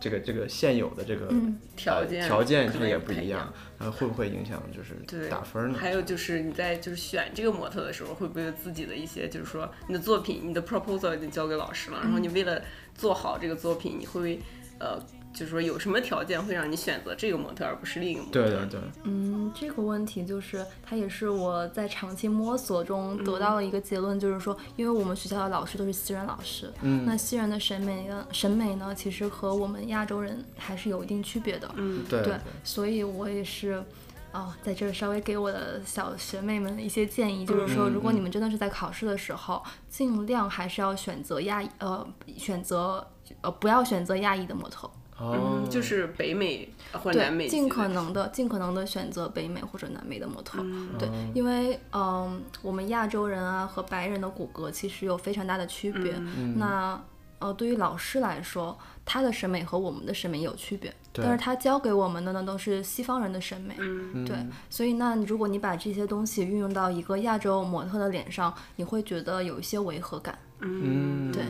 Speaker 1: 这个这个现有的这个、
Speaker 3: 嗯
Speaker 2: 条
Speaker 1: 呃
Speaker 2: 件
Speaker 1: 条件
Speaker 2: 可
Speaker 1: 它
Speaker 2: 能
Speaker 1: 也
Speaker 2: 也
Speaker 1: 不
Speaker 2: 不太
Speaker 1: 一
Speaker 2: 一
Speaker 1: 样
Speaker 2: 样，
Speaker 1: 呃，会不会影响就是
Speaker 2: 对
Speaker 1: 打分呢？
Speaker 2: 还有就是你在就是选这个模特的时候，会不会有自己的一些就是说你的作品、你的 proposal 已经交给老师了，然
Speaker 3: 嗯
Speaker 2: 后你为了做好这个作品，你会呃就是说有什么条件会让你选择这个模特而不是另一个模特？
Speaker 1: 对对对，
Speaker 3: 嗯，这个问题就是，它也是我在长期摸索中
Speaker 2: 嗯
Speaker 3: 得到了一个结论，就是说，因为我们学校的老师都是西人老师，
Speaker 1: 嗯
Speaker 3: 那西人的审美呢，审美呢，其实和我们亚洲人还是有一定区别的，
Speaker 2: 嗯，
Speaker 1: 对
Speaker 3: 对，所以我也是。哦，在这儿稍微给我的小学妹们一些建议，就是说，
Speaker 1: 嗯
Speaker 3: 如果你
Speaker 1: 嗯
Speaker 3: 们真的是在考试的时候，尽量还是要选择亚裔，呃，选择呃不要选择亚裔的模特，
Speaker 1: 哦
Speaker 2: 嗯，，就是北美或
Speaker 3: 对，
Speaker 2: 南美，
Speaker 3: 尽可。能的尽可能的选择北美或者南美的模特，
Speaker 1: 嗯哦
Speaker 3: 对，因为嗯，我们亚洲人啊和白人的骨骼其实有非常大的区
Speaker 2: 嗯
Speaker 1: 嗯
Speaker 3: 别。那呃，对于老师来说，他的审美和我们的审美有区别，
Speaker 1: 对
Speaker 3: 但是他教给我们的呢都是西方人的审美。
Speaker 2: 嗯，
Speaker 3: 对，所以那如果你把这些东西运用到一个亚洲模特的脸上，你会觉得有一些违和感。
Speaker 1: 嗯，
Speaker 3: 对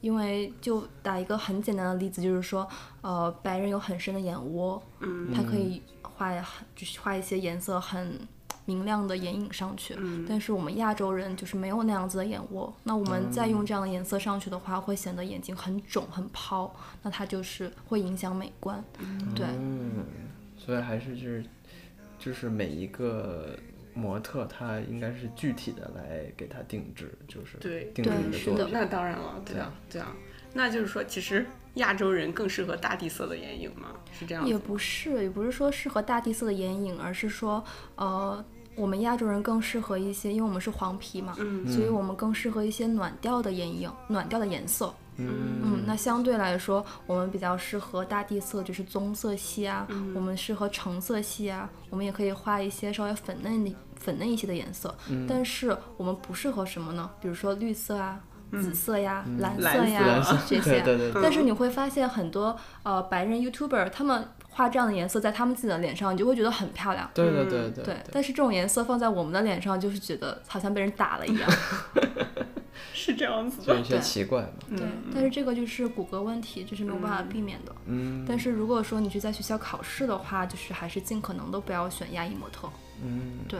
Speaker 3: 因为就打一个很简单的例子，就是说，呃，白人有很深的眼窝，
Speaker 2: 嗯，
Speaker 3: 他可以画很就是画一些颜色很明亮的眼影上去，
Speaker 2: 嗯
Speaker 3: 但是我们亚洲人就是没有那样子的眼窝，那我们再用这样的颜色上去的话，会显得眼睛很肿很泡，那它就是会影响美观，对，
Speaker 1: 嗯，所以还是就是就是每一个模特，他应该是具体的来给他定制，就是
Speaker 2: 对
Speaker 1: 定制
Speaker 3: 对
Speaker 1: 你的
Speaker 3: 是
Speaker 1: 作
Speaker 3: 的
Speaker 1: 品。
Speaker 2: 那当然了，对啊，对啊。那就是说，其实亚洲人更适合大地色的眼影嘛，是这样
Speaker 3: 也
Speaker 2: 子。
Speaker 3: 不是，也不是说适合大地色的眼影，而是说，呃，我们亚洲人更适合一些，因为我们是黄皮嘛，
Speaker 2: 嗯
Speaker 3: 所以我们更适合一些暖调的眼影、暖调的颜色。
Speaker 1: 嗯
Speaker 3: 嗯，那相对来说，我们比较适合大地色，就是棕色系啊，
Speaker 2: 嗯
Speaker 3: 我们适合橙色系啊，我们也可以画一些稍微粉嫩的、粉嫩一些的颜色。但是我们不适合什么呢？比如说绿色啊。紫色呀，蓝
Speaker 2: 嗯蓝
Speaker 3: 色
Speaker 2: 色
Speaker 3: 呀，这些
Speaker 1: 对
Speaker 3: 啊，
Speaker 1: 对对
Speaker 2: 嗯
Speaker 1: 对
Speaker 3: 但是你会发现很多呃白人 YouTuber 他们画这样的颜色在他们自己的脸上，你就会觉得很漂亮。
Speaker 1: 对对对对
Speaker 3: 对，但是这种颜色放在我们的脸上，就是觉得好像被人打了一样。
Speaker 2: 是这样子
Speaker 1: 就一
Speaker 2: 的。
Speaker 1: 些奇怪嘛。
Speaker 2: 嗯
Speaker 3: 对，但是这个就是骨骼问题，这是没有办法避免的。
Speaker 1: 嗯
Speaker 3: 但是如果说你是在学校考试的话，就是还是尽可能都不要选亚裔模特。
Speaker 1: 嗯，
Speaker 3: 对，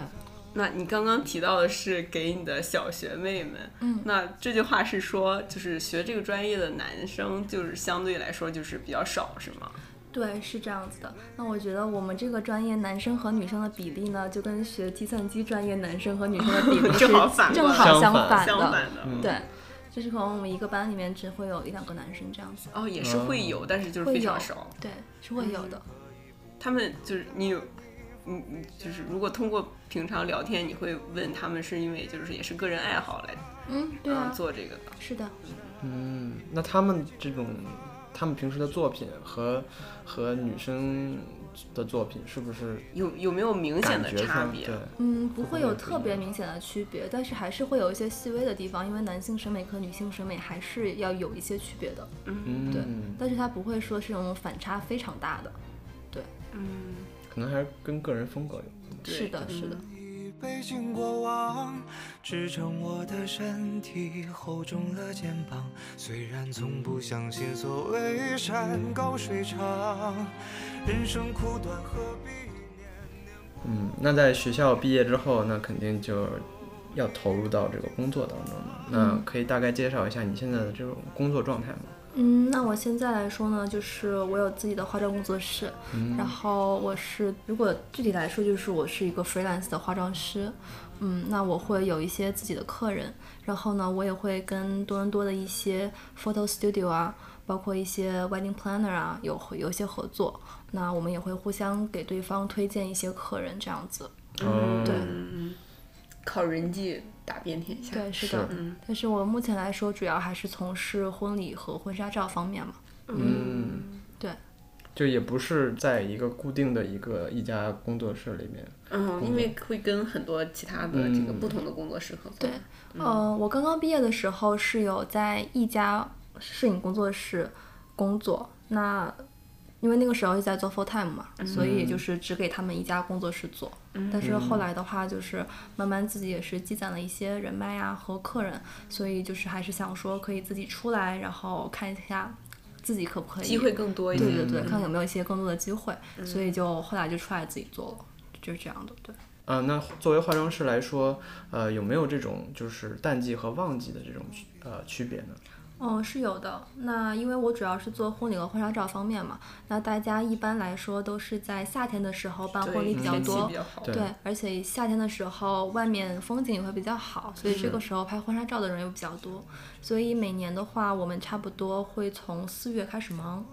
Speaker 2: 那你刚刚提到的是给你的小学妹们，
Speaker 3: 嗯
Speaker 2: 那这句话是说，就是学这个专业的男生，就是相对来说就是比较少，是吗？
Speaker 3: 对，是这样子的。那我觉得我们这个专业男生和女生的比例呢，就跟学计算机专业男生和女生的比
Speaker 2: [LAUGHS]
Speaker 3: 例是
Speaker 2: 正好反
Speaker 3: 正
Speaker 2: 过来
Speaker 3: 好
Speaker 1: 相反
Speaker 3: 反
Speaker 2: 相
Speaker 3: 的。
Speaker 2: 反的，
Speaker 1: 嗯
Speaker 3: 对，就是可能我们一个班里面只会有一两个男生这样子，
Speaker 2: 哦，也是会
Speaker 1: 嗯
Speaker 2: 有，但是就是
Speaker 3: 会
Speaker 2: 非
Speaker 3: 有
Speaker 2: 常少。，
Speaker 3: 对，是会有的。
Speaker 2: 他们就是你有，你你就是如果通过平常聊天，你会问他们是因为就是也是个人爱好来
Speaker 3: 嗯，对
Speaker 2: 嗯
Speaker 3: 啊，
Speaker 2: 做这个的。
Speaker 3: 是的。
Speaker 1: 嗯，那他们这种，他们平时的作品和和女生的作品是不是
Speaker 2: 有有没有明显
Speaker 1: 感
Speaker 2: 的
Speaker 1: 觉
Speaker 2: 差
Speaker 1: 上
Speaker 2: 别
Speaker 1: 对？？
Speaker 3: 嗯，不
Speaker 1: 会
Speaker 3: 会
Speaker 1: 有
Speaker 3: 有
Speaker 1: 不
Speaker 3: 特
Speaker 1: 一
Speaker 3: 别
Speaker 1: 样
Speaker 3: 明显的区别，但是还是会有一些细微的地方，因为男性审美和女性审美还是要有一些区别的。
Speaker 1: 嗯，
Speaker 3: 对但是它不会说是那种反差非常大的。
Speaker 2: 嗯，
Speaker 1: 可能还是跟个人风格有。
Speaker 2: 对
Speaker 3: 是的，是的。
Speaker 5: 已被经过往，支撑我的身体厚重了肩膀。虽然从不相信所谓山高水长，人生苦短何必念念不
Speaker 1: 嗯，那在学校毕业之后，那肯定就
Speaker 3: 嗯
Speaker 1: 要投入到这个工作当中了。那可以大概介绍一下你现在的这种工作状态吗？
Speaker 3: 嗯，那我现在来说呢，就是我有自己的化妆工作室，然后我是如果具体来说，就是我是一个 freelance 的化妆师，嗯，那我会有一些自己的客人，然后呢，我也会跟多伦多的一些 photo studio 啊，包括一些 wedding planner 啊，有有一些合作，那我们也会互相给对方推荐一些客人这样子，
Speaker 1: 哦，
Speaker 3: 对
Speaker 2: 嗯，靠人际打遍天下。
Speaker 3: 对，是的，
Speaker 1: 是
Speaker 2: 嗯
Speaker 3: 但是我目前来说，主要还是从事婚礼和婚纱照方面嘛，
Speaker 1: 嗯，
Speaker 3: 对，
Speaker 1: 就也不是在一个固定的一个一家工作室里面，
Speaker 2: 嗯，
Speaker 1: 作
Speaker 2: 因
Speaker 1: 嗯
Speaker 2: 为会跟很多其他的这个不同的工作室合作。
Speaker 3: 对，
Speaker 2: 嗯
Speaker 3: 呃，我刚刚毕业的时候是有在一家摄影工作室工作，那因为那个时候是在做 full time 嘛，所以
Speaker 2: 嗯
Speaker 3: 就是只给他们一家工作室做。但是后来的话，就是慢慢自己也是积攒了一些人脉啊和客人，所以就是还是想说可以自己出来，然后看一下自己可不可以
Speaker 2: 机会嗯更多一
Speaker 3: 对
Speaker 2: 点。
Speaker 3: 对对，看看有没有一些更多的机会，所以就后来就出来自己做了，就是这样的，对。
Speaker 1: 啊、那作为化妆师来说，呃，有没有这种就是淡季和旺季的这种区呃区别呢？
Speaker 3: 嗯，是有的。那因为我主要是做婚礼和婚纱照方面嘛，那大家一般来说都是在夏天的时候办
Speaker 2: 对
Speaker 3: 婚礼比较
Speaker 2: 天气
Speaker 3: 多
Speaker 2: 比，较好。
Speaker 1: 对
Speaker 3: 对，而且夏天的时候外面风景也会比较好，所以这个
Speaker 2: 嗯
Speaker 3: 时候拍婚纱照的人又比较多。所以每年的话，我们差不多会从四月开始忙，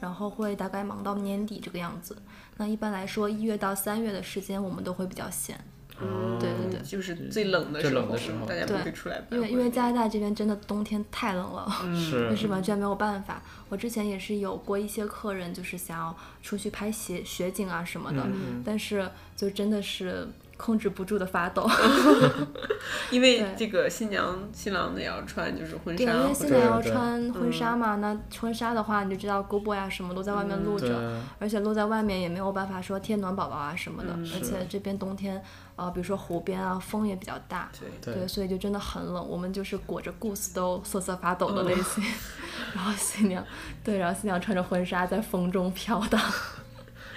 Speaker 3: 然后会大概忙到年底这个样子。那一般来说，一月到三月的时间我们都会比较闲，
Speaker 1: 哦
Speaker 3: 嗯对对对
Speaker 2: 就是最冷的
Speaker 1: 最
Speaker 2: 时
Speaker 1: 冷
Speaker 2: 候，
Speaker 1: 的时候
Speaker 2: 大家不
Speaker 3: 对
Speaker 2: 会出来办
Speaker 3: 因
Speaker 2: 婚礼。
Speaker 3: 为因为加拿大这边真的冬天太冷了。
Speaker 1: 哦是
Speaker 3: 就是完全没有办法。我之前也是有过一些客人，就是想要出去拍雪雪景啊什么的，
Speaker 1: 嗯
Speaker 3: 但是就真的是控制不住的发抖。
Speaker 2: 因为
Speaker 3: 对
Speaker 2: 这个新娘新郎也要穿就是婚
Speaker 3: 对，
Speaker 2: 纱
Speaker 3: 因为
Speaker 2: 或
Speaker 3: 现
Speaker 2: 者
Speaker 3: 在要
Speaker 1: 对
Speaker 3: 穿婚纱嘛，那婚纱的话你就知道胳膊呀、什么都在外面露
Speaker 1: 对啊
Speaker 3: 着， [LAUGHS] 而且露在外面也没有办法说贴暖宝宝啊什么的，而
Speaker 1: 是
Speaker 3: 且这边冬天，呃，比如说湖边啊，风也比较大。
Speaker 2: 对。
Speaker 1: 对
Speaker 3: 对，所以就真的很冷，我们就是裹着 goose 都瑟瑟发抖的类型， [LAUGHS] 然后新娘，对，然后新娘穿着婚纱在风中飘荡，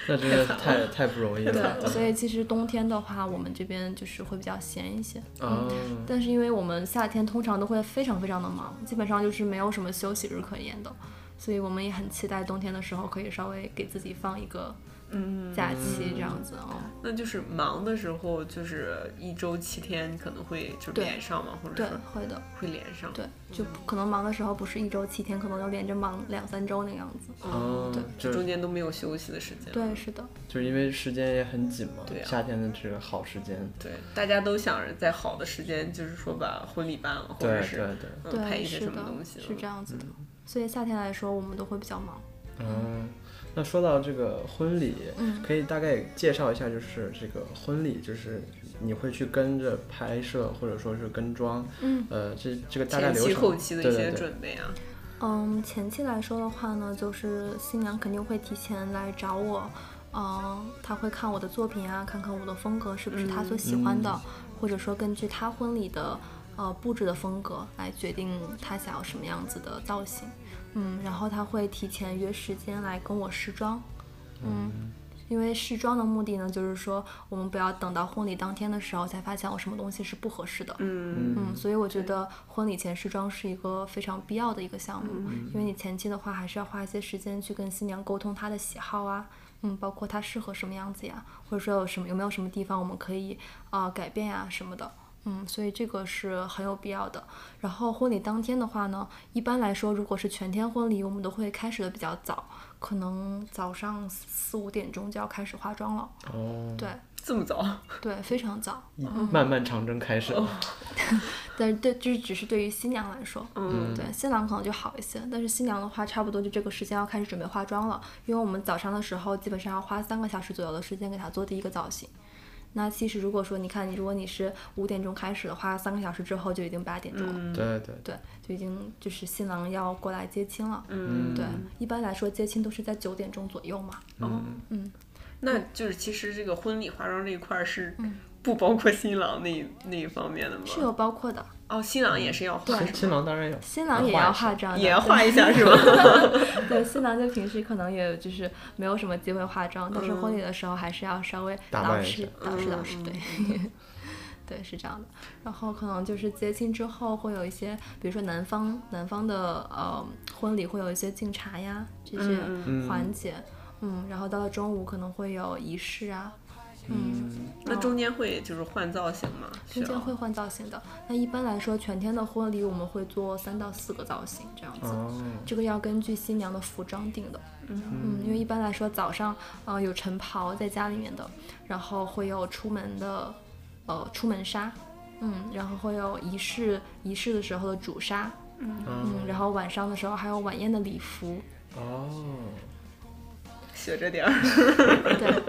Speaker 1: 那真的是太太不容易了。
Speaker 3: 对，所以其实冬天的话，我们这边就是会比较闲一些，
Speaker 1: 啊，
Speaker 3: 但是因为我们夏天通常都会非常非常的忙，基本上就是没有什么休息日可言的，所以我们也很期待冬天的时候可以稍微给自己放一个嗯假期这样子哦。
Speaker 2: 那就是忙的时候，就是一周七天可能会就是
Speaker 3: 对
Speaker 2: 连上嘛，或者
Speaker 3: 对
Speaker 2: 说，
Speaker 3: 会的，
Speaker 2: 会连上。
Speaker 3: 对，就不可能忙的时候不是一周七天，可能要连着忙两三周那个样子。
Speaker 1: 哦
Speaker 3: 对，
Speaker 1: 就
Speaker 2: 中
Speaker 1: 是
Speaker 2: 间都没有休息的时间。
Speaker 3: 对，是的，
Speaker 1: 就是因为时间也很紧嘛
Speaker 2: 对，啊
Speaker 1: 夏天的这个好时间，
Speaker 2: 对，大家都想着在好的时间，就是说把婚礼办了，或
Speaker 1: 对
Speaker 2: 者
Speaker 1: 对
Speaker 2: 是
Speaker 1: 对，
Speaker 2: 嗯
Speaker 3: 对，
Speaker 2: 拍一些
Speaker 3: 是
Speaker 2: 什么
Speaker 3: 的
Speaker 2: 东，西。
Speaker 3: 是这样子的。所以夏天来说，我们都会比较忙。
Speaker 1: 嗯，那说到这个婚礼，
Speaker 3: 嗯
Speaker 1: 可以大概介绍一下，就是这个婚礼，就是你会去跟着拍摄，或者说是跟妆，
Speaker 3: 嗯，
Speaker 1: 呃，这这个大概
Speaker 2: 前
Speaker 1: 流
Speaker 2: 期
Speaker 1: 程，
Speaker 2: 后期的一些
Speaker 1: 对对对，
Speaker 2: 准备啊，
Speaker 3: 嗯，前期来说的话呢，就是新娘肯定会提前来找我，嗯，她会看我的作品啊，看看我的风格是不是她所喜欢的，或者说根据她婚礼的呃布置的风格来决定她想要什么样子的造型，嗯，然后她会提前约时间来跟我试妆，嗯。因为试妆的目的呢，就是说我们不要等到婚礼当天的时候才发现哦我什么东西是不合适的。
Speaker 2: 嗯，
Speaker 3: 嗯，所以我觉得婚礼前试妆是一个非常必要的一个项目，因为你前期的话还是要花一些时间去跟新娘沟通她的喜好啊，嗯，包括她适合什么样子呀，或者说有什么有没有什么地方我们可以啊、呃改变呀什么的。嗯，所以这个是很有必要的。然后婚礼当天的话呢，一般来说，如果是全天婚礼，我们都会开始的比较早，可能早上四五点钟就要开始化妆了。
Speaker 1: 哦，
Speaker 3: 对
Speaker 2: 这么早，
Speaker 3: 对，非常早。
Speaker 1: 一漫漫长征开始
Speaker 2: 哦
Speaker 1: 了，
Speaker 3: 但是对，这只是对于新娘来说，
Speaker 2: 嗯
Speaker 3: 对，新郎可能就好一些，但是新娘的话，差不多就这个时间要开始准备化妆了，因为我们早上的时候基本上要花三个小时左右的时间给她做第一个造型。那其实如果说你看，你如果你是五点钟开始的话，三个小时之后就已经八点钟了，
Speaker 2: 嗯
Speaker 1: 对对，
Speaker 3: 对，就已经就是新郎要过来接亲了。
Speaker 2: 嗯，
Speaker 3: 对，一般来说接亲都是在九点钟左右嘛。
Speaker 2: [LAUGHS] 哦，
Speaker 3: 嗯，
Speaker 2: 那就是其实这个婚礼化妆这一块儿是不包括新郎那一那一方面的吗？
Speaker 3: 嗯是有包括的，
Speaker 2: 哦，新郎
Speaker 1: 嗯
Speaker 2: 也是要化
Speaker 1: 新
Speaker 2: 是
Speaker 1: 新
Speaker 2: 吗？
Speaker 1: 郎当然有，
Speaker 3: 新郎也要
Speaker 1: 一
Speaker 3: 化
Speaker 1: 下
Speaker 3: 妆的，
Speaker 2: 也要
Speaker 3: 对
Speaker 2: 化一下是
Speaker 3: [LAUGHS]
Speaker 2: 吗？
Speaker 3: 对，新郎就平时可能也就是没有什么机会化妆，但是婚礼的时候还是要稍微
Speaker 1: 嗯打扮
Speaker 3: 捯
Speaker 1: 一
Speaker 3: 饬
Speaker 1: 下嗯
Speaker 3: 捯饬捯饬，对， [LAUGHS] 对，是这样的。然后可能就是结亲之后会有一些，比如说南方南方的呃婚礼会有一些敬茶呀这些
Speaker 2: 嗯
Speaker 1: 嗯
Speaker 3: 环节，嗯然后到了中午可能会有仪式啊，嗯，
Speaker 2: 那中间会就是换造型吗？需
Speaker 3: 中
Speaker 1: 啊
Speaker 3: 间
Speaker 2: 要
Speaker 3: 会换造型的。那一般来说，全天的婚礼我们会做三到四个造型这样子。
Speaker 1: 哦，
Speaker 2: 嗯
Speaker 3: 这个要根据新娘的服装定的。嗯，因为一般来说早上呃有晨袍在家里面的，然后会有出门的呃出门纱，嗯，然后会有仪式仪式的时候的主纱，嗯，然后晚上的时候还有晚宴的礼服，
Speaker 1: 哦，
Speaker 2: 学着点儿，
Speaker 3: 对，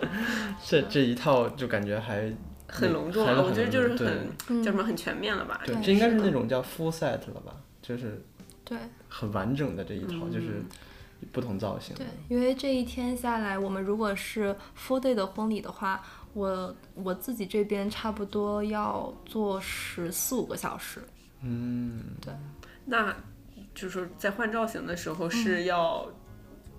Speaker 1: 这
Speaker 3: [LAUGHS]
Speaker 1: 这一套就感觉还
Speaker 2: 很隆重啊
Speaker 1: 还
Speaker 2: 了。我觉得就是
Speaker 1: 对
Speaker 2: 很
Speaker 3: 嗯
Speaker 2: 叫什么很全面了吧？
Speaker 1: 对，
Speaker 3: 对
Speaker 1: 这应该是
Speaker 3: 是的
Speaker 1: 那种叫 full set 了吧，就是
Speaker 3: 对
Speaker 1: 很完整的这一套，就是不同造型。
Speaker 3: 嗯对，因为这一天下来，我们如果是 full day 的婚礼的话，我我自己这边差不多要做十四五个小时，
Speaker 1: 嗯，
Speaker 2: 那就是说在换造型的时候
Speaker 3: 嗯
Speaker 2: 是要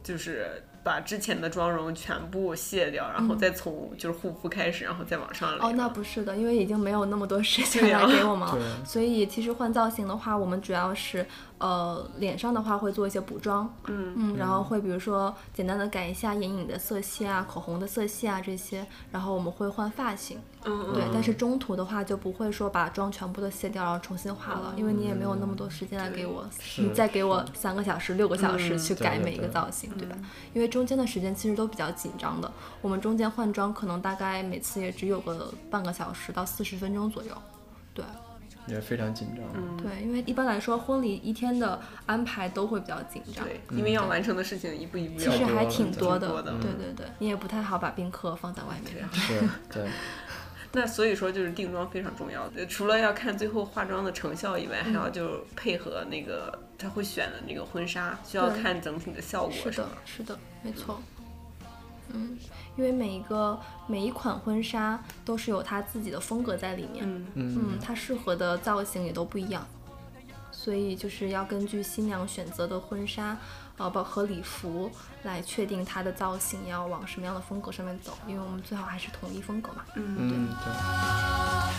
Speaker 2: 就是。把之前的妆容全部卸掉，然后再从就是护肤开始，然后再往上来。
Speaker 3: 嗯哦，那不是的，因为已经没有那么多时间
Speaker 2: 对啊
Speaker 3: 来给
Speaker 1: [LAUGHS]
Speaker 3: 我们了。
Speaker 1: 对啊
Speaker 3: 所以其实换造型的话，我们主要是呃脸上的话会做一些补妆，
Speaker 2: 嗯
Speaker 3: 然后会比如说简单的改一下眼影的色系啊、口红的色系啊这些，然后我们会换发型。
Speaker 2: 嗯
Speaker 3: 对，但是中途的话就不会说把妆全部都卸掉，然后重新化了，因为你也没有那么多时间来给我，
Speaker 1: 是嗯
Speaker 3: 你再给我三个小时、六个小时去改
Speaker 1: 对对
Speaker 3: 每一个
Speaker 1: 对嗯
Speaker 3: 造型，对吧？因为中间的时间其实都比较紧张的，我们中间换装可能大概每次也只有个半个小时到四十分钟左右。对
Speaker 1: 也非常紧张。
Speaker 3: 对，因为一般来说婚礼一天的安排都会比较紧张，
Speaker 2: 对，因为要完成的事情一步一步
Speaker 3: 嗯其
Speaker 2: 要
Speaker 3: 实
Speaker 1: 多
Speaker 3: 还
Speaker 1: 了
Speaker 3: 挺
Speaker 1: 挺
Speaker 3: 多
Speaker 2: 多的
Speaker 3: 对对对，你也不太好把宾客放在外面。啊
Speaker 1: 是，对，
Speaker 2: 那所以说就是定妆非常重要的，除了要看最后化妆的成效以外，还
Speaker 3: 嗯
Speaker 2: 要就是配合那个他会选的那个婚纱，需要
Speaker 3: 对
Speaker 2: 看整体的效果
Speaker 3: 是的
Speaker 2: 吗？，
Speaker 3: 是的，没错。嗯，因为每一个每一款婚纱都是有它自己的风格在里面，
Speaker 2: 嗯，
Speaker 1: 嗯
Speaker 3: 嗯，它适合的造型也都不一样，所以就是要根据新娘选择的婚纱，呃，包和礼服来确定它的造型要往什么样的风格上面走，因为我们最好还是统一风格嘛。
Speaker 1: 嗯，对。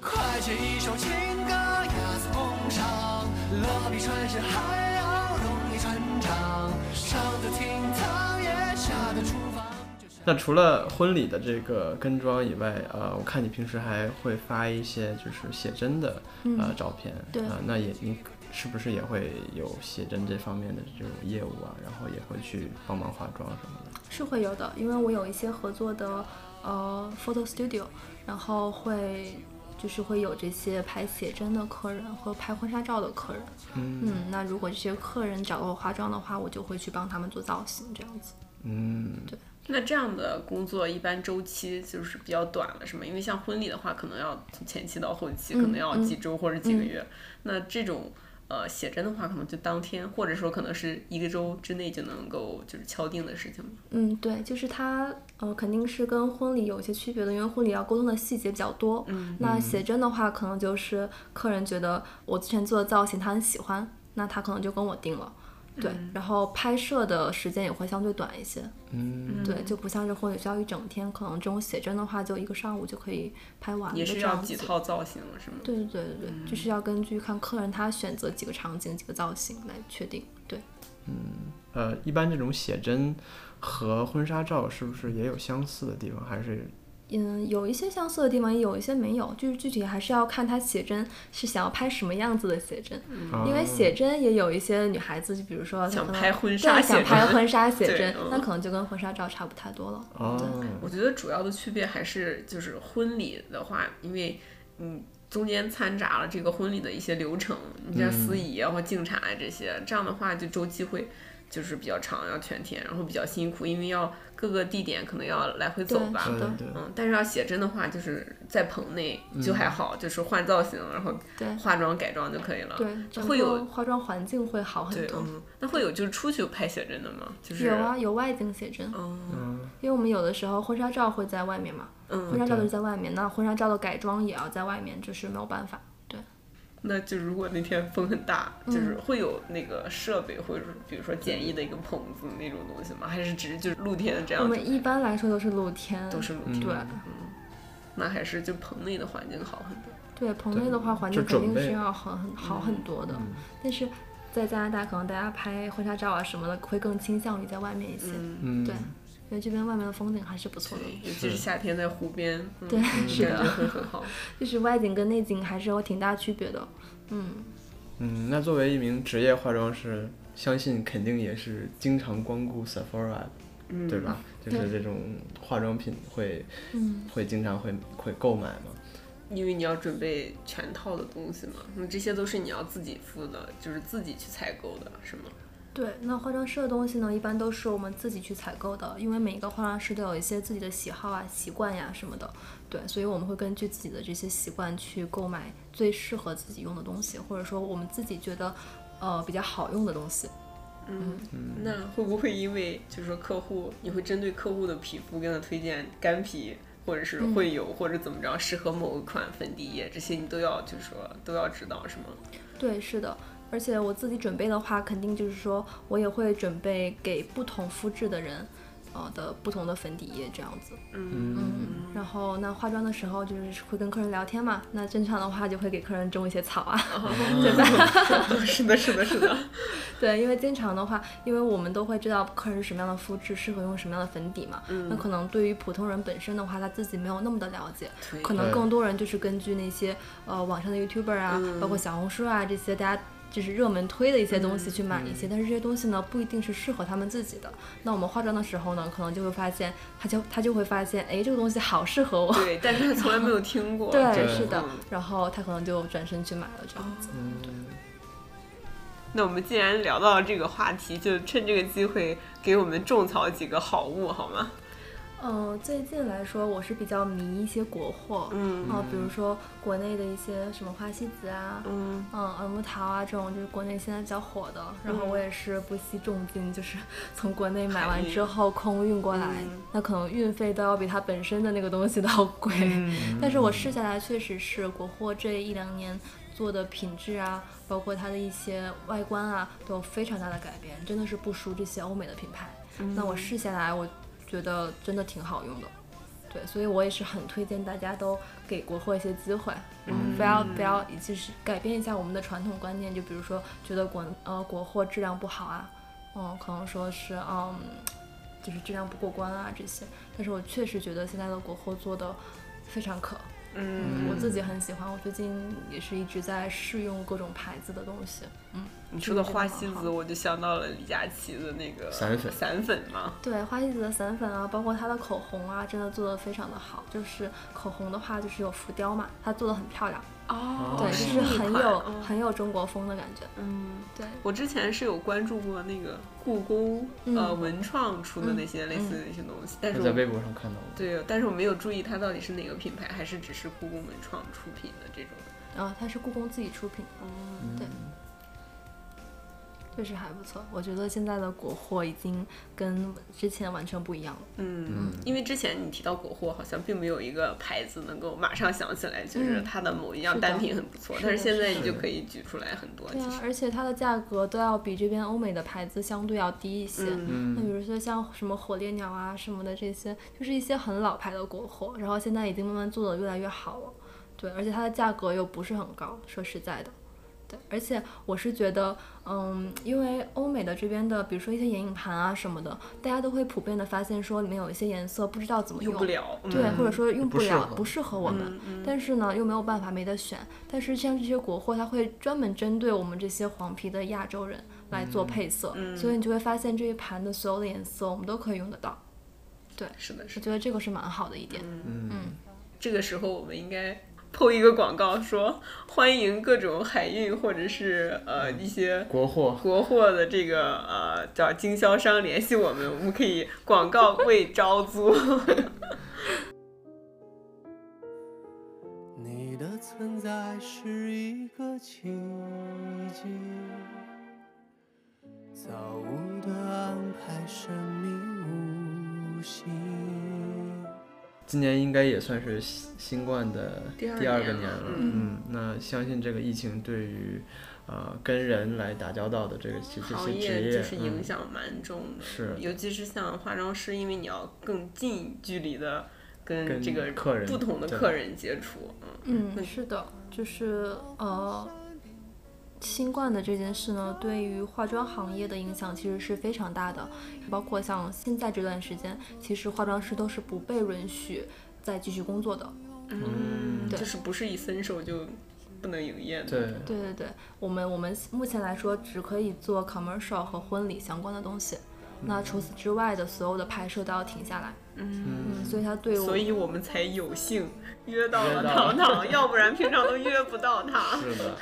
Speaker 5: 快写一首情歌，雅俗共赏，乐比传世还要容易传唱。上得厅堂，也下得厨房。
Speaker 1: 那除了婚礼的这个跟妆以外，呃，我看你平时还会发一些就是写真的呃照片，
Speaker 3: 对
Speaker 1: 啊、那也你是不是也会有写真这方面的这种业务啊？然后也会去帮忙化妆什么的。
Speaker 3: 是会有的，因为我有一些合作的呃 photo studio，然后会就是会有这些拍写真的客人和拍婚纱照的客人。
Speaker 1: 嗯
Speaker 3: 嗯，那如果这些客人找我化妆的话，我就会去帮他们做造型这样子。
Speaker 1: 嗯，
Speaker 2: 那这样的工作一般周期就是比较短了，是吗？因为像婚礼的话，可能要从前期到后期，可
Speaker 3: 嗯
Speaker 2: 能要几周或者几个月。那这种呃写真的话，可能就当天，或者说可能是一个周之内就能够就是敲定的事情吗？
Speaker 3: 嗯，对，就是它，呃，肯定是跟婚礼有一些区别的，因为婚礼要沟通的细节比较多。
Speaker 2: 嗯，
Speaker 3: 那写真的话，可能就是客人觉得我之前做的造型他很喜欢，那他可能就跟我定了。对，然后拍摄的时间也会相对短一些。
Speaker 1: 嗯，
Speaker 3: 对，就不像是婚礼需要一整天，可能这种写真的话，就一个上午就可以拍完了
Speaker 2: 也是
Speaker 3: 哦这
Speaker 2: 要
Speaker 3: 样
Speaker 2: 几
Speaker 3: 子。
Speaker 2: 套嗯造型，是吗？
Speaker 3: 对对对对对，就是要根据看客人他选择几个场景、几个造型来确定。对，
Speaker 1: 呃，一般这种写真和婚纱照是不是也有相似的地方？还是
Speaker 3: 嗯，有一些相似的地方，也有一些没有，就是具体还是要看他写真是想要拍什么样子的写真。嗯
Speaker 1: 啊
Speaker 3: 因为写真也有一些女孩子，就比如说她
Speaker 2: 嗯想
Speaker 3: 可能
Speaker 2: 拍婚
Speaker 3: 嗯对
Speaker 2: 纱写
Speaker 3: 想拍
Speaker 2: 真
Speaker 3: 婚纱写
Speaker 2: 对
Speaker 3: 真
Speaker 2: 嗯，
Speaker 3: 那可能就跟婚纱照差不太多了。
Speaker 1: 哦，
Speaker 2: 我觉得主要的区别还是就是婚礼的话，因为嗯中间掺杂了这个婚礼的一些流程，你像
Speaker 3: 嗯
Speaker 2: 司仪啊或敬茶啊这些，这样的话就周期会就是比较长，要全天，然后比较辛苦，因为要各个地点可能要来回走
Speaker 3: 对
Speaker 2: 吧
Speaker 3: 是。
Speaker 1: 对
Speaker 3: 的
Speaker 1: 对，
Speaker 2: 嗯，但是要写真的话，就是在棚内就还好，就是换造型，然后
Speaker 3: 对
Speaker 2: 化妆改妆就可以了。
Speaker 3: 对，整
Speaker 2: 嗯会
Speaker 3: 个
Speaker 2: 有
Speaker 3: 化妆环境会好很
Speaker 2: 对，
Speaker 3: 多。
Speaker 2: 嗯，那会有就是出去拍写真的吗？就是
Speaker 3: 有啊，有外景写真，
Speaker 2: 嗯
Speaker 3: 因为我们有的时候婚纱照会在外面嘛，
Speaker 2: 嗯
Speaker 3: 婚纱照
Speaker 1: 对
Speaker 3: 就是在外面，那婚纱照的改装也要在外面，就是没有办法。对，
Speaker 2: 那就如果那天风很大，
Speaker 3: 嗯
Speaker 2: 就是会有那个设备，或者说比如说简易的一个棚子那种东西吗？还是只是就是露天的这
Speaker 3: 我
Speaker 2: 样子？
Speaker 3: 们一般来说都是露天，
Speaker 2: 都是露
Speaker 1: 嗯
Speaker 2: 天。
Speaker 3: 对，
Speaker 2: 那还是就棚内的环境好很多。
Speaker 3: 对棚内的话，环境
Speaker 1: 就
Speaker 3: 肯
Speaker 1: 准
Speaker 3: 定是
Speaker 1: 备
Speaker 3: 要好很好很多的，但是在加拿大，可能大家拍婚纱照啊什么的，会更倾向于在外面一些。
Speaker 2: 嗯，
Speaker 1: 嗯，
Speaker 3: 对，因为这边外面的风景还是不错的。
Speaker 2: 尤其是
Speaker 1: 是
Speaker 2: 夏天在湖边，嗯、
Speaker 3: 对， [LAUGHS] 是
Speaker 2: 感觉
Speaker 3: 的，
Speaker 2: 会很好。
Speaker 3: 就是外景跟内景还是有挺大区别的。嗯，
Speaker 1: 嗯，那作为一名职业化妆师，相信肯定也是经常光顾 Sephora，
Speaker 2: 嗯，
Speaker 1: 对？吧？就是
Speaker 3: 对
Speaker 1: 这种化妆品会
Speaker 3: 嗯，
Speaker 1: 会经常会会购买吗？
Speaker 2: 因为你要准备全套的东西嘛，那这些都是你要自己付的，就是自己去采购的，是吗？
Speaker 3: 对。那化妆师的东西呢，一般都是我们自己去采购的，因为每一个化妆师都有一些自己的喜好啊、习惯呀、什么的。对，所以我们会根据自己的这些习惯去购买最适合自己用的东西，或者说我们自己觉得呃比较好用的东西。
Speaker 2: 嗯，那会不会因为就是说客户，你会针对客户的皮肤跟他推荐干皮，或者是混油，或者怎么着适合某一款粉底液，这些你都要就是说都要知道是吗？
Speaker 3: 对，是的。而且我自己准备的话，肯定就是说我也会准备给不同肤质的人，呃的不同的粉底液这样子。
Speaker 2: 嗯
Speaker 3: 嗯，然后那化妆的时候就是会跟客人聊天嘛，那正常的话就会给客人种一些草啊，对吧？
Speaker 2: [LAUGHS] 是的，是的，是的。
Speaker 3: 对，因为经常的话，因为我们都会知道客人是什么样的肤质适合用什么样的粉底嘛，那可能对于普通人本身的话，他自己没有那么的了解，
Speaker 2: 对
Speaker 3: 可能
Speaker 1: 对
Speaker 3: 更多人就是根据那些呃网上的 YouTuber 啊，包括小红书啊这些大家。就是热门推的一些东西去买一些，但是这些东西呢不一定是适合他们自己的。那我们化妆的时候呢，可能就会发现，他就他就会发现，哎，这个东西好适合我， [LAUGHS]
Speaker 2: 对，但是他从来没有听过。
Speaker 3: 对，
Speaker 1: 对
Speaker 3: 是的
Speaker 2: 嗯。
Speaker 3: 然后他可能就转身去买了这样子。
Speaker 1: 嗯
Speaker 2: 那我们既然聊到这个话题，就趁这个机会给我们种草几个好物好吗？
Speaker 3: 嗯、最近来说，我是比较迷一些国货，
Speaker 2: 嗯
Speaker 3: 啊、比如说国内的一些什么花西子啊，
Speaker 2: 嗯，
Speaker 3: 嗯，耳木桃啊，这种就是国内现在比较火的。然后我
Speaker 2: 嗯
Speaker 3: 也是不惜重金，就是 [LAUGHS] 从国内买完之后空运过来，
Speaker 2: 嗯
Speaker 3: 那可能运费都要比它本身的那个东西都要贵。
Speaker 2: 嗯
Speaker 3: [LAUGHS] 但是我试下来，确实是国货这一两年做的品质啊，包括它的一些外观啊，都有非常大的改变，真的是不输这些欧美的品牌。那我试下来，我觉得真的挺好用的。对，所以我也是很推荐大家都给国货一些机会，嗯，不要不要，就是改变一下我们的传统观念，就比如说觉得国呃国货质量不好啊，嗯，可能说是嗯，就是质量不过关啊这些，但是我确实觉得现在的国货做的非常可，
Speaker 2: 嗯，
Speaker 3: 我自己很喜欢，我最近也是一直在试用各种牌子的东西，嗯，
Speaker 2: 你说到花西子，我就想到了李佳琦的那个
Speaker 1: 散粉
Speaker 2: 散粉嘛。
Speaker 3: 对，花西子的散粉啊，包括它的口红啊，真的做的非常的好，就是口红的话就是有浮雕嘛，它做的很漂亮，
Speaker 2: 哦
Speaker 3: 对，
Speaker 1: 是
Speaker 3: 就是
Speaker 2: 那一
Speaker 3: 很
Speaker 2: 款
Speaker 3: 有
Speaker 2: 哦
Speaker 3: 很有中国风的感觉，
Speaker 2: 嗯。
Speaker 3: 对。
Speaker 2: 我之前是有关注过那个故宫、
Speaker 3: 嗯
Speaker 2: 呃文创出的那些类似的一些东西，但是
Speaker 1: 我在微
Speaker 2: 我
Speaker 1: 博上看到过。
Speaker 2: 对，但是我没有注意它到底是哪个品牌，还是只是故宫文创出品的这种。
Speaker 3: 然后它是故宫自己出品的，
Speaker 2: 嗯
Speaker 3: 对，确实还不错。我觉得现在的国货已经跟之前完全不一样了。
Speaker 2: 嗯，因为之前你提到国货，好像并没有一个牌子能够马上想起来，就是
Speaker 3: 嗯
Speaker 2: 它的某一样
Speaker 3: 是的
Speaker 2: 单品很不错，
Speaker 3: 是的
Speaker 2: 但是现在
Speaker 1: 是
Speaker 2: 你
Speaker 1: 的
Speaker 2: 就可以举出来很多。
Speaker 3: 对
Speaker 2: 其
Speaker 3: 啊
Speaker 2: 实，，
Speaker 3: 而且它的价格都要比这边欧美的牌子相对要低一些。
Speaker 2: 嗯，
Speaker 3: 那比如说像什么火烈鸟啊什么的这些，就是一些很老牌的国货，然后现在已经慢慢做的越来越好了。对，而且它的价格又不是很高，说实在的。对，而且我是觉得，嗯，因为欧美的这边的，比如说一些眼影盘啊什么的，大家都会普遍的发现说里面有一些颜色不知道怎么
Speaker 2: 用不了。嗯
Speaker 3: 对，或者说用
Speaker 1: 不
Speaker 3: 不
Speaker 1: 适
Speaker 3: 了，
Speaker 1: 合
Speaker 3: 不适合我们。
Speaker 2: 嗯嗯
Speaker 3: 但是呢，又没有办法，没得选。但是像这些国货，它会专门针对我们这些黄皮的亚洲人来做配色，
Speaker 2: 嗯
Speaker 3: 所以你就会发现这一盘的所有的颜色我们都可以用得到。
Speaker 2: 是的，是的。
Speaker 3: 我觉得这个是蛮好的一点。
Speaker 2: 嗯这个时候我们应该。 [LAUGHS] 投一个广告说，欢迎各种海运或者是呃
Speaker 1: 嗯
Speaker 2: 一些
Speaker 1: 国货
Speaker 2: 国货的这个呃叫经销商联系我们，我们可以广告为招租。
Speaker 5: 你的存在是一个奇迹，造物的安排神秘无形。
Speaker 1: 今年应该也算是新新冠的
Speaker 2: 第
Speaker 1: 第
Speaker 2: 二
Speaker 1: 二
Speaker 2: 年
Speaker 1: 个
Speaker 2: 了
Speaker 1: 年了，
Speaker 2: 嗯
Speaker 1: 嗯，那相信这个疫情对于呃跟人来打交道的这个 [LAUGHS] 这这
Speaker 2: 行
Speaker 1: 些职
Speaker 2: 业
Speaker 1: 业，
Speaker 2: 就是影
Speaker 1: 嗯，
Speaker 2: 响蛮重的，
Speaker 1: 是
Speaker 2: 尤其是像化妆师，因为你要更近距离的。跟
Speaker 1: 跟
Speaker 2: 这个
Speaker 1: 客人
Speaker 2: 不同的
Speaker 1: 对
Speaker 2: 客人接触，嗯，
Speaker 3: 嗯，是的，就是呃，新冠的这件事呢，对于化妆行业的影响其实是非常大的，包括像现在这段时间，其实化妆师都是不被允许再继续工作的。
Speaker 2: 嗯，
Speaker 3: 对
Speaker 2: 就是不是一伸手就不能营业的。
Speaker 1: 对，
Speaker 3: 对对对，我们我们目前来说只可以做 commercial 和婚礼相关的东西，那除此之外的所有的拍摄都要停下来。嗯，所以它对我
Speaker 2: 所以我们才有幸约到
Speaker 1: 约
Speaker 2: 了
Speaker 1: 到
Speaker 2: 糖糖， [LAUGHS] 要不然平常都约不到
Speaker 1: [LAUGHS]
Speaker 2: 他。
Speaker 1: 是的，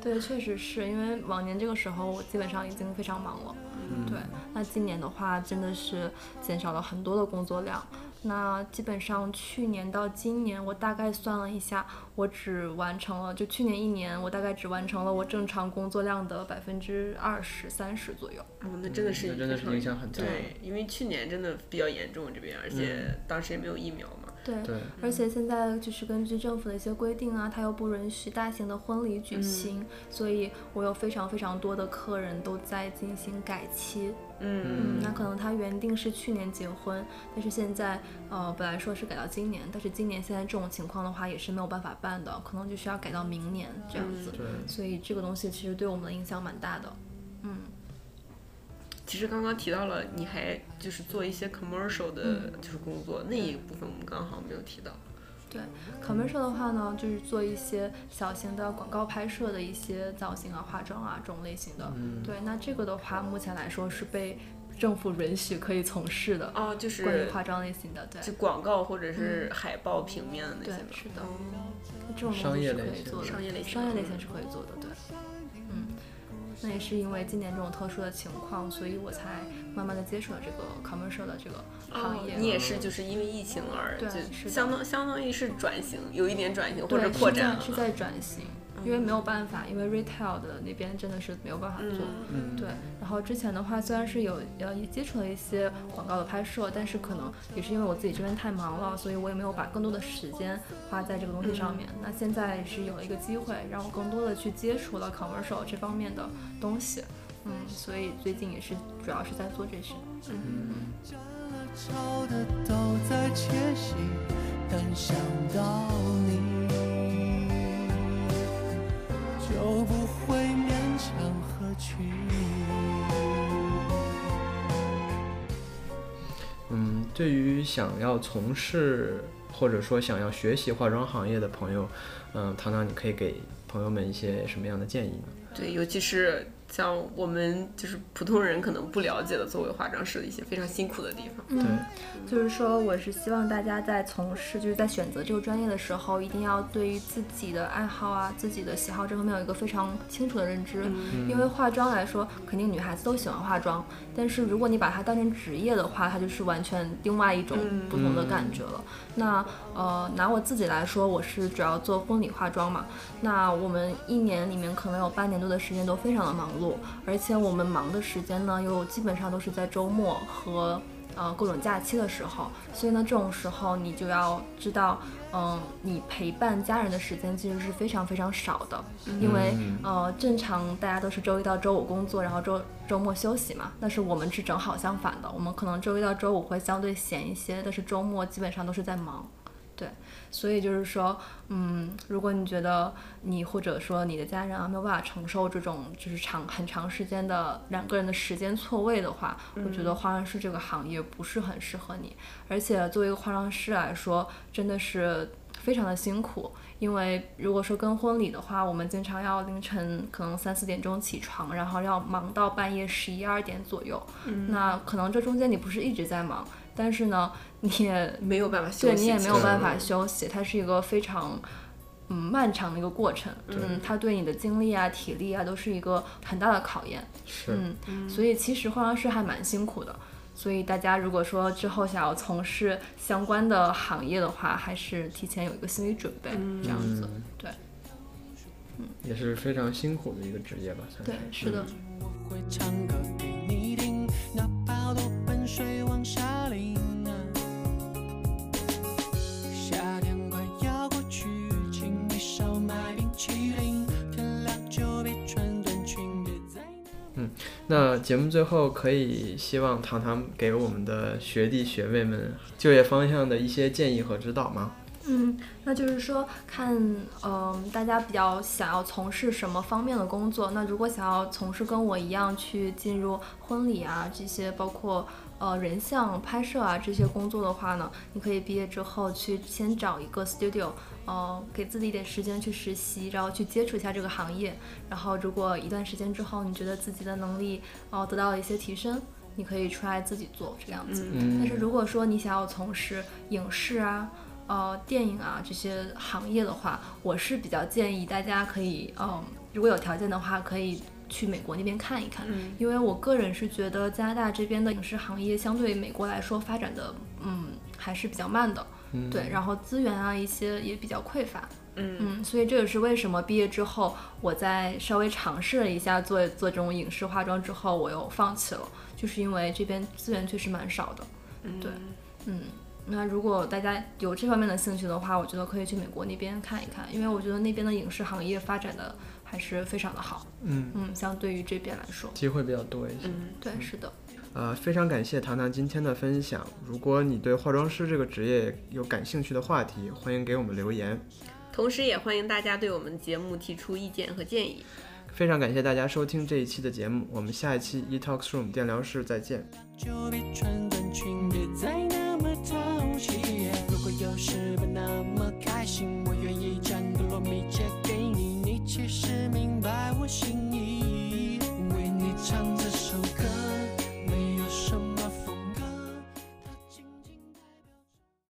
Speaker 3: 对，确实是因为往年这个时候我基本上已经非常忙了，嗯对。那今年的话，真的是减少了很多的工作量。那基本上去年到今年，我大概算了一下，我只完成了就去年一年，我大概只完成了我正常工作量的百分之二十三十左右。
Speaker 2: 哦，那真的是
Speaker 1: 嗯那真的
Speaker 2: 非
Speaker 1: 是
Speaker 2: 常
Speaker 1: 影响很大
Speaker 2: 对，因为去年真的比较严重这边，而
Speaker 1: 嗯
Speaker 2: 且当时也没有疫苗嘛。
Speaker 3: 对，
Speaker 1: 对，
Speaker 3: 而且现在就是根据政府的一些规定啊，它又不允许大型的婚礼举行，所以我有非常非常多的客人都在进行改期。
Speaker 2: 嗯，
Speaker 3: 嗯，那可能他原定是去年结婚，但是现在呃本来说是改到今年，但是今年现在这种情况的话也是没有办法办的，可能就需要改到明年这样子。
Speaker 1: 对，
Speaker 3: 所以这个东西其实对我们的影响蛮大的。嗯
Speaker 2: 其实刚刚提到了，你还就是做一些 commercial 的，
Speaker 3: 嗯
Speaker 2: 就是工作、那一部分，我们刚好没有提到。
Speaker 3: 对，commercial 的话呢，就是做一些小型的广告拍摄的一些造型啊、化妆啊这种类型
Speaker 1: 嗯
Speaker 3: 的。对，那这个的话，目前来说是被政府允许可以从事的，
Speaker 2: 哦，就
Speaker 3: 关于
Speaker 2: 是
Speaker 3: 化妆类型的。对，
Speaker 2: 就广告或者是海报、平面的那
Speaker 3: 嗯对
Speaker 2: 些，吧。
Speaker 3: 是的，
Speaker 2: 哦
Speaker 3: 这种
Speaker 1: 商
Speaker 3: 东西
Speaker 1: 业
Speaker 3: 是可
Speaker 1: 类
Speaker 3: 以
Speaker 1: 型
Speaker 3: 做的，
Speaker 2: 商业类型
Speaker 3: 商业类型是可以做的，对，嗯。那也是因为今年这种特殊的情况，所以我才慢慢的接触了这个 commercial 的这个行业。
Speaker 2: 啊你也是就是因为疫情而
Speaker 3: 对是
Speaker 2: 就
Speaker 3: 的
Speaker 2: 相当相当于是转型，有一点转型或
Speaker 3: 对
Speaker 2: 者扩展了
Speaker 3: 是在是在转型，因为没有办法，因为 retail 的那边真的是没有办法做。
Speaker 2: 嗯
Speaker 1: 嗯
Speaker 3: 对，然后之前的话虽然是有呃也接触了一些广告的拍摄，但是可能也是因为我自己这边太忙了，所以我也没有把更多的时间花在这个东西上面。那现在是有了一个机会，让我更多的去接触了 commercial 这方面的东西。嗯，所以最近也是主要是在做这些。
Speaker 5: 沾了潮的都在窃喜，但想到你，就不会勉强喝去。
Speaker 1: 嗯，对于想要从事或者说想要学习化妆行业的朋友，嗯、糖糖，你可以给朋友们一些什么样的建议呢？
Speaker 2: 对，尤其是像我们就是普通人可能不了解的，作为化妆师的一些非常辛苦的地方。
Speaker 3: 嗯
Speaker 1: 对，
Speaker 3: 就是说，我是希望大家在从事，就是在选择这个专业的时候，一定要对于自己的爱好啊、自己的喜好这方面有一个非常清楚的认知。因为化妆来说，肯定女孩子都喜欢化妆，但是如果你把它当成职业的话，它就是完全另外一种不同的感觉了。那呃，拿我自己来说，我是主要做婚礼化妆嘛，那我们一年里面可能有半年多的时间都非常的忙碌，而且我们忙的时间呢，又基本上都是在周末和呃各种假期的时候，所以呢，这种时候你就要知道，嗯、你陪伴家人的时间其实是非常非常少的，因为
Speaker 1: 嗯
Speaker 3: 呃正常大家都是周一到周五工作，然后周周末休息嘛，但是我们是正好相反的，我们可能周一到周五会相对闲一些，但是周末基本上都是在忙。对，所以就是说，嗯，如果你觉得你或者说你的家人啊没有办法承受这种就是长很长时间的两个人的时间错位的话，我觉得化妆师这个行业不是很适合你。而且作为一个化妆师来说，真的是非常的辛苦，因为如果说跟婚礼的话，我们经常要凌晨可能三四点钟起床，然后要忙到半夜十一二点左右。那可能这中间你不是一直在忙，但是呢，你也
Speaker 2: 没有办法休息，
Speaker 3: 对你也没有
Speaker 1: 其实
Speaker 3: 办法休息，它是一个非常嗯漫长的一个过程，嗯，它对你的精力啊、体力啊都是一个很大的考验，
Speaker 1: 是，
Speaker 3: 嗯，所以其实化妆师还蛮辛苦的。所以大家如果说之后想要从事相关的行业的话，还是提前有一个心理准备，
Speaker 2: 嗯
Speaker 3: 这样子。对
Speaker 1: 嗯也是非常辛苦的一个职业吧，算是。嗯
Speaker 3: 对，是的，
Speaker 5: 我会唱歌给你听，哪怕多盆水往下淋啊。夏天快要过去，请你少买冰淇淋，天亮就别穿短裙，别再。
Speaker 1: 那节目最后可以希望糖糖给我们的学弟学妹们就业方向的一些建议和指导吗？
Speaker 3: 嗯，那就是说看，嗯、大家比较想要从事什么方面的工作？那如果想要从事跟我一样去进入婚礼啊这些，包括呃人像拍摄啊这些工作的话呢，你可以毕业之后去先找一个 studio，呃，给自己一点时间去实习，然后去接触一下这个行业。然后如果一段时间之后你觉得自己的能力呃得到了一些提升，你可以出来自己做这个样子。
Speaker 2: 嗯
Speaker 1: 嗯
Speaker 3: 但是如果说你想要从事影视啊、呃电影啊这些行业的话，我是比较建议大家可以，嗯，如果有条件的话，可以去美国那边看一看，
Speaker 2: 嗯
Speaker 3: 因为我个人是觉得加拿大这边的影视行业相对美国来说发展的，嗯，还是比较慢的，
Speaker 1: 嗯
Speaker 3: 对，然后资源啊一些也比较匮乏，
Speaker 2: 嗯
Speaker 3: 嗯，所以这也是为什么毕业之后，我在稍微尝试了一下做做这种影视化妆之后，我又放弃了，就是因为这边资源确实蛮少的。
Speaker 2: 嗯，
Speaker 3: 对嗯，那如果大家有这方面的兴趣的话，我觉得可以去美国那边看一看，因为我觉得那边的影视行业发展的还是非常的好。
Speaker 1: 嗯，
Speaker 3: 嗯，相对于这边来说，
Speaker 1: 机会比较多一些。
Speaker 2: 嗯，
Speaker 3: 对，是的。
Speaker 1: 呃，非常感谢糖糖今天的分享。如果你对化妆师这个职业有感兴趣的话题，欢迎给我们留言。
Speaker 2: 同时也欢迎大家对我们节目提出意见和建议。
Speaker 1: 非常感谢大家收听这一期的节目，我们下一期 E Talks Room 电疗室再见。
Speaker 6: 就别穿短裙，别在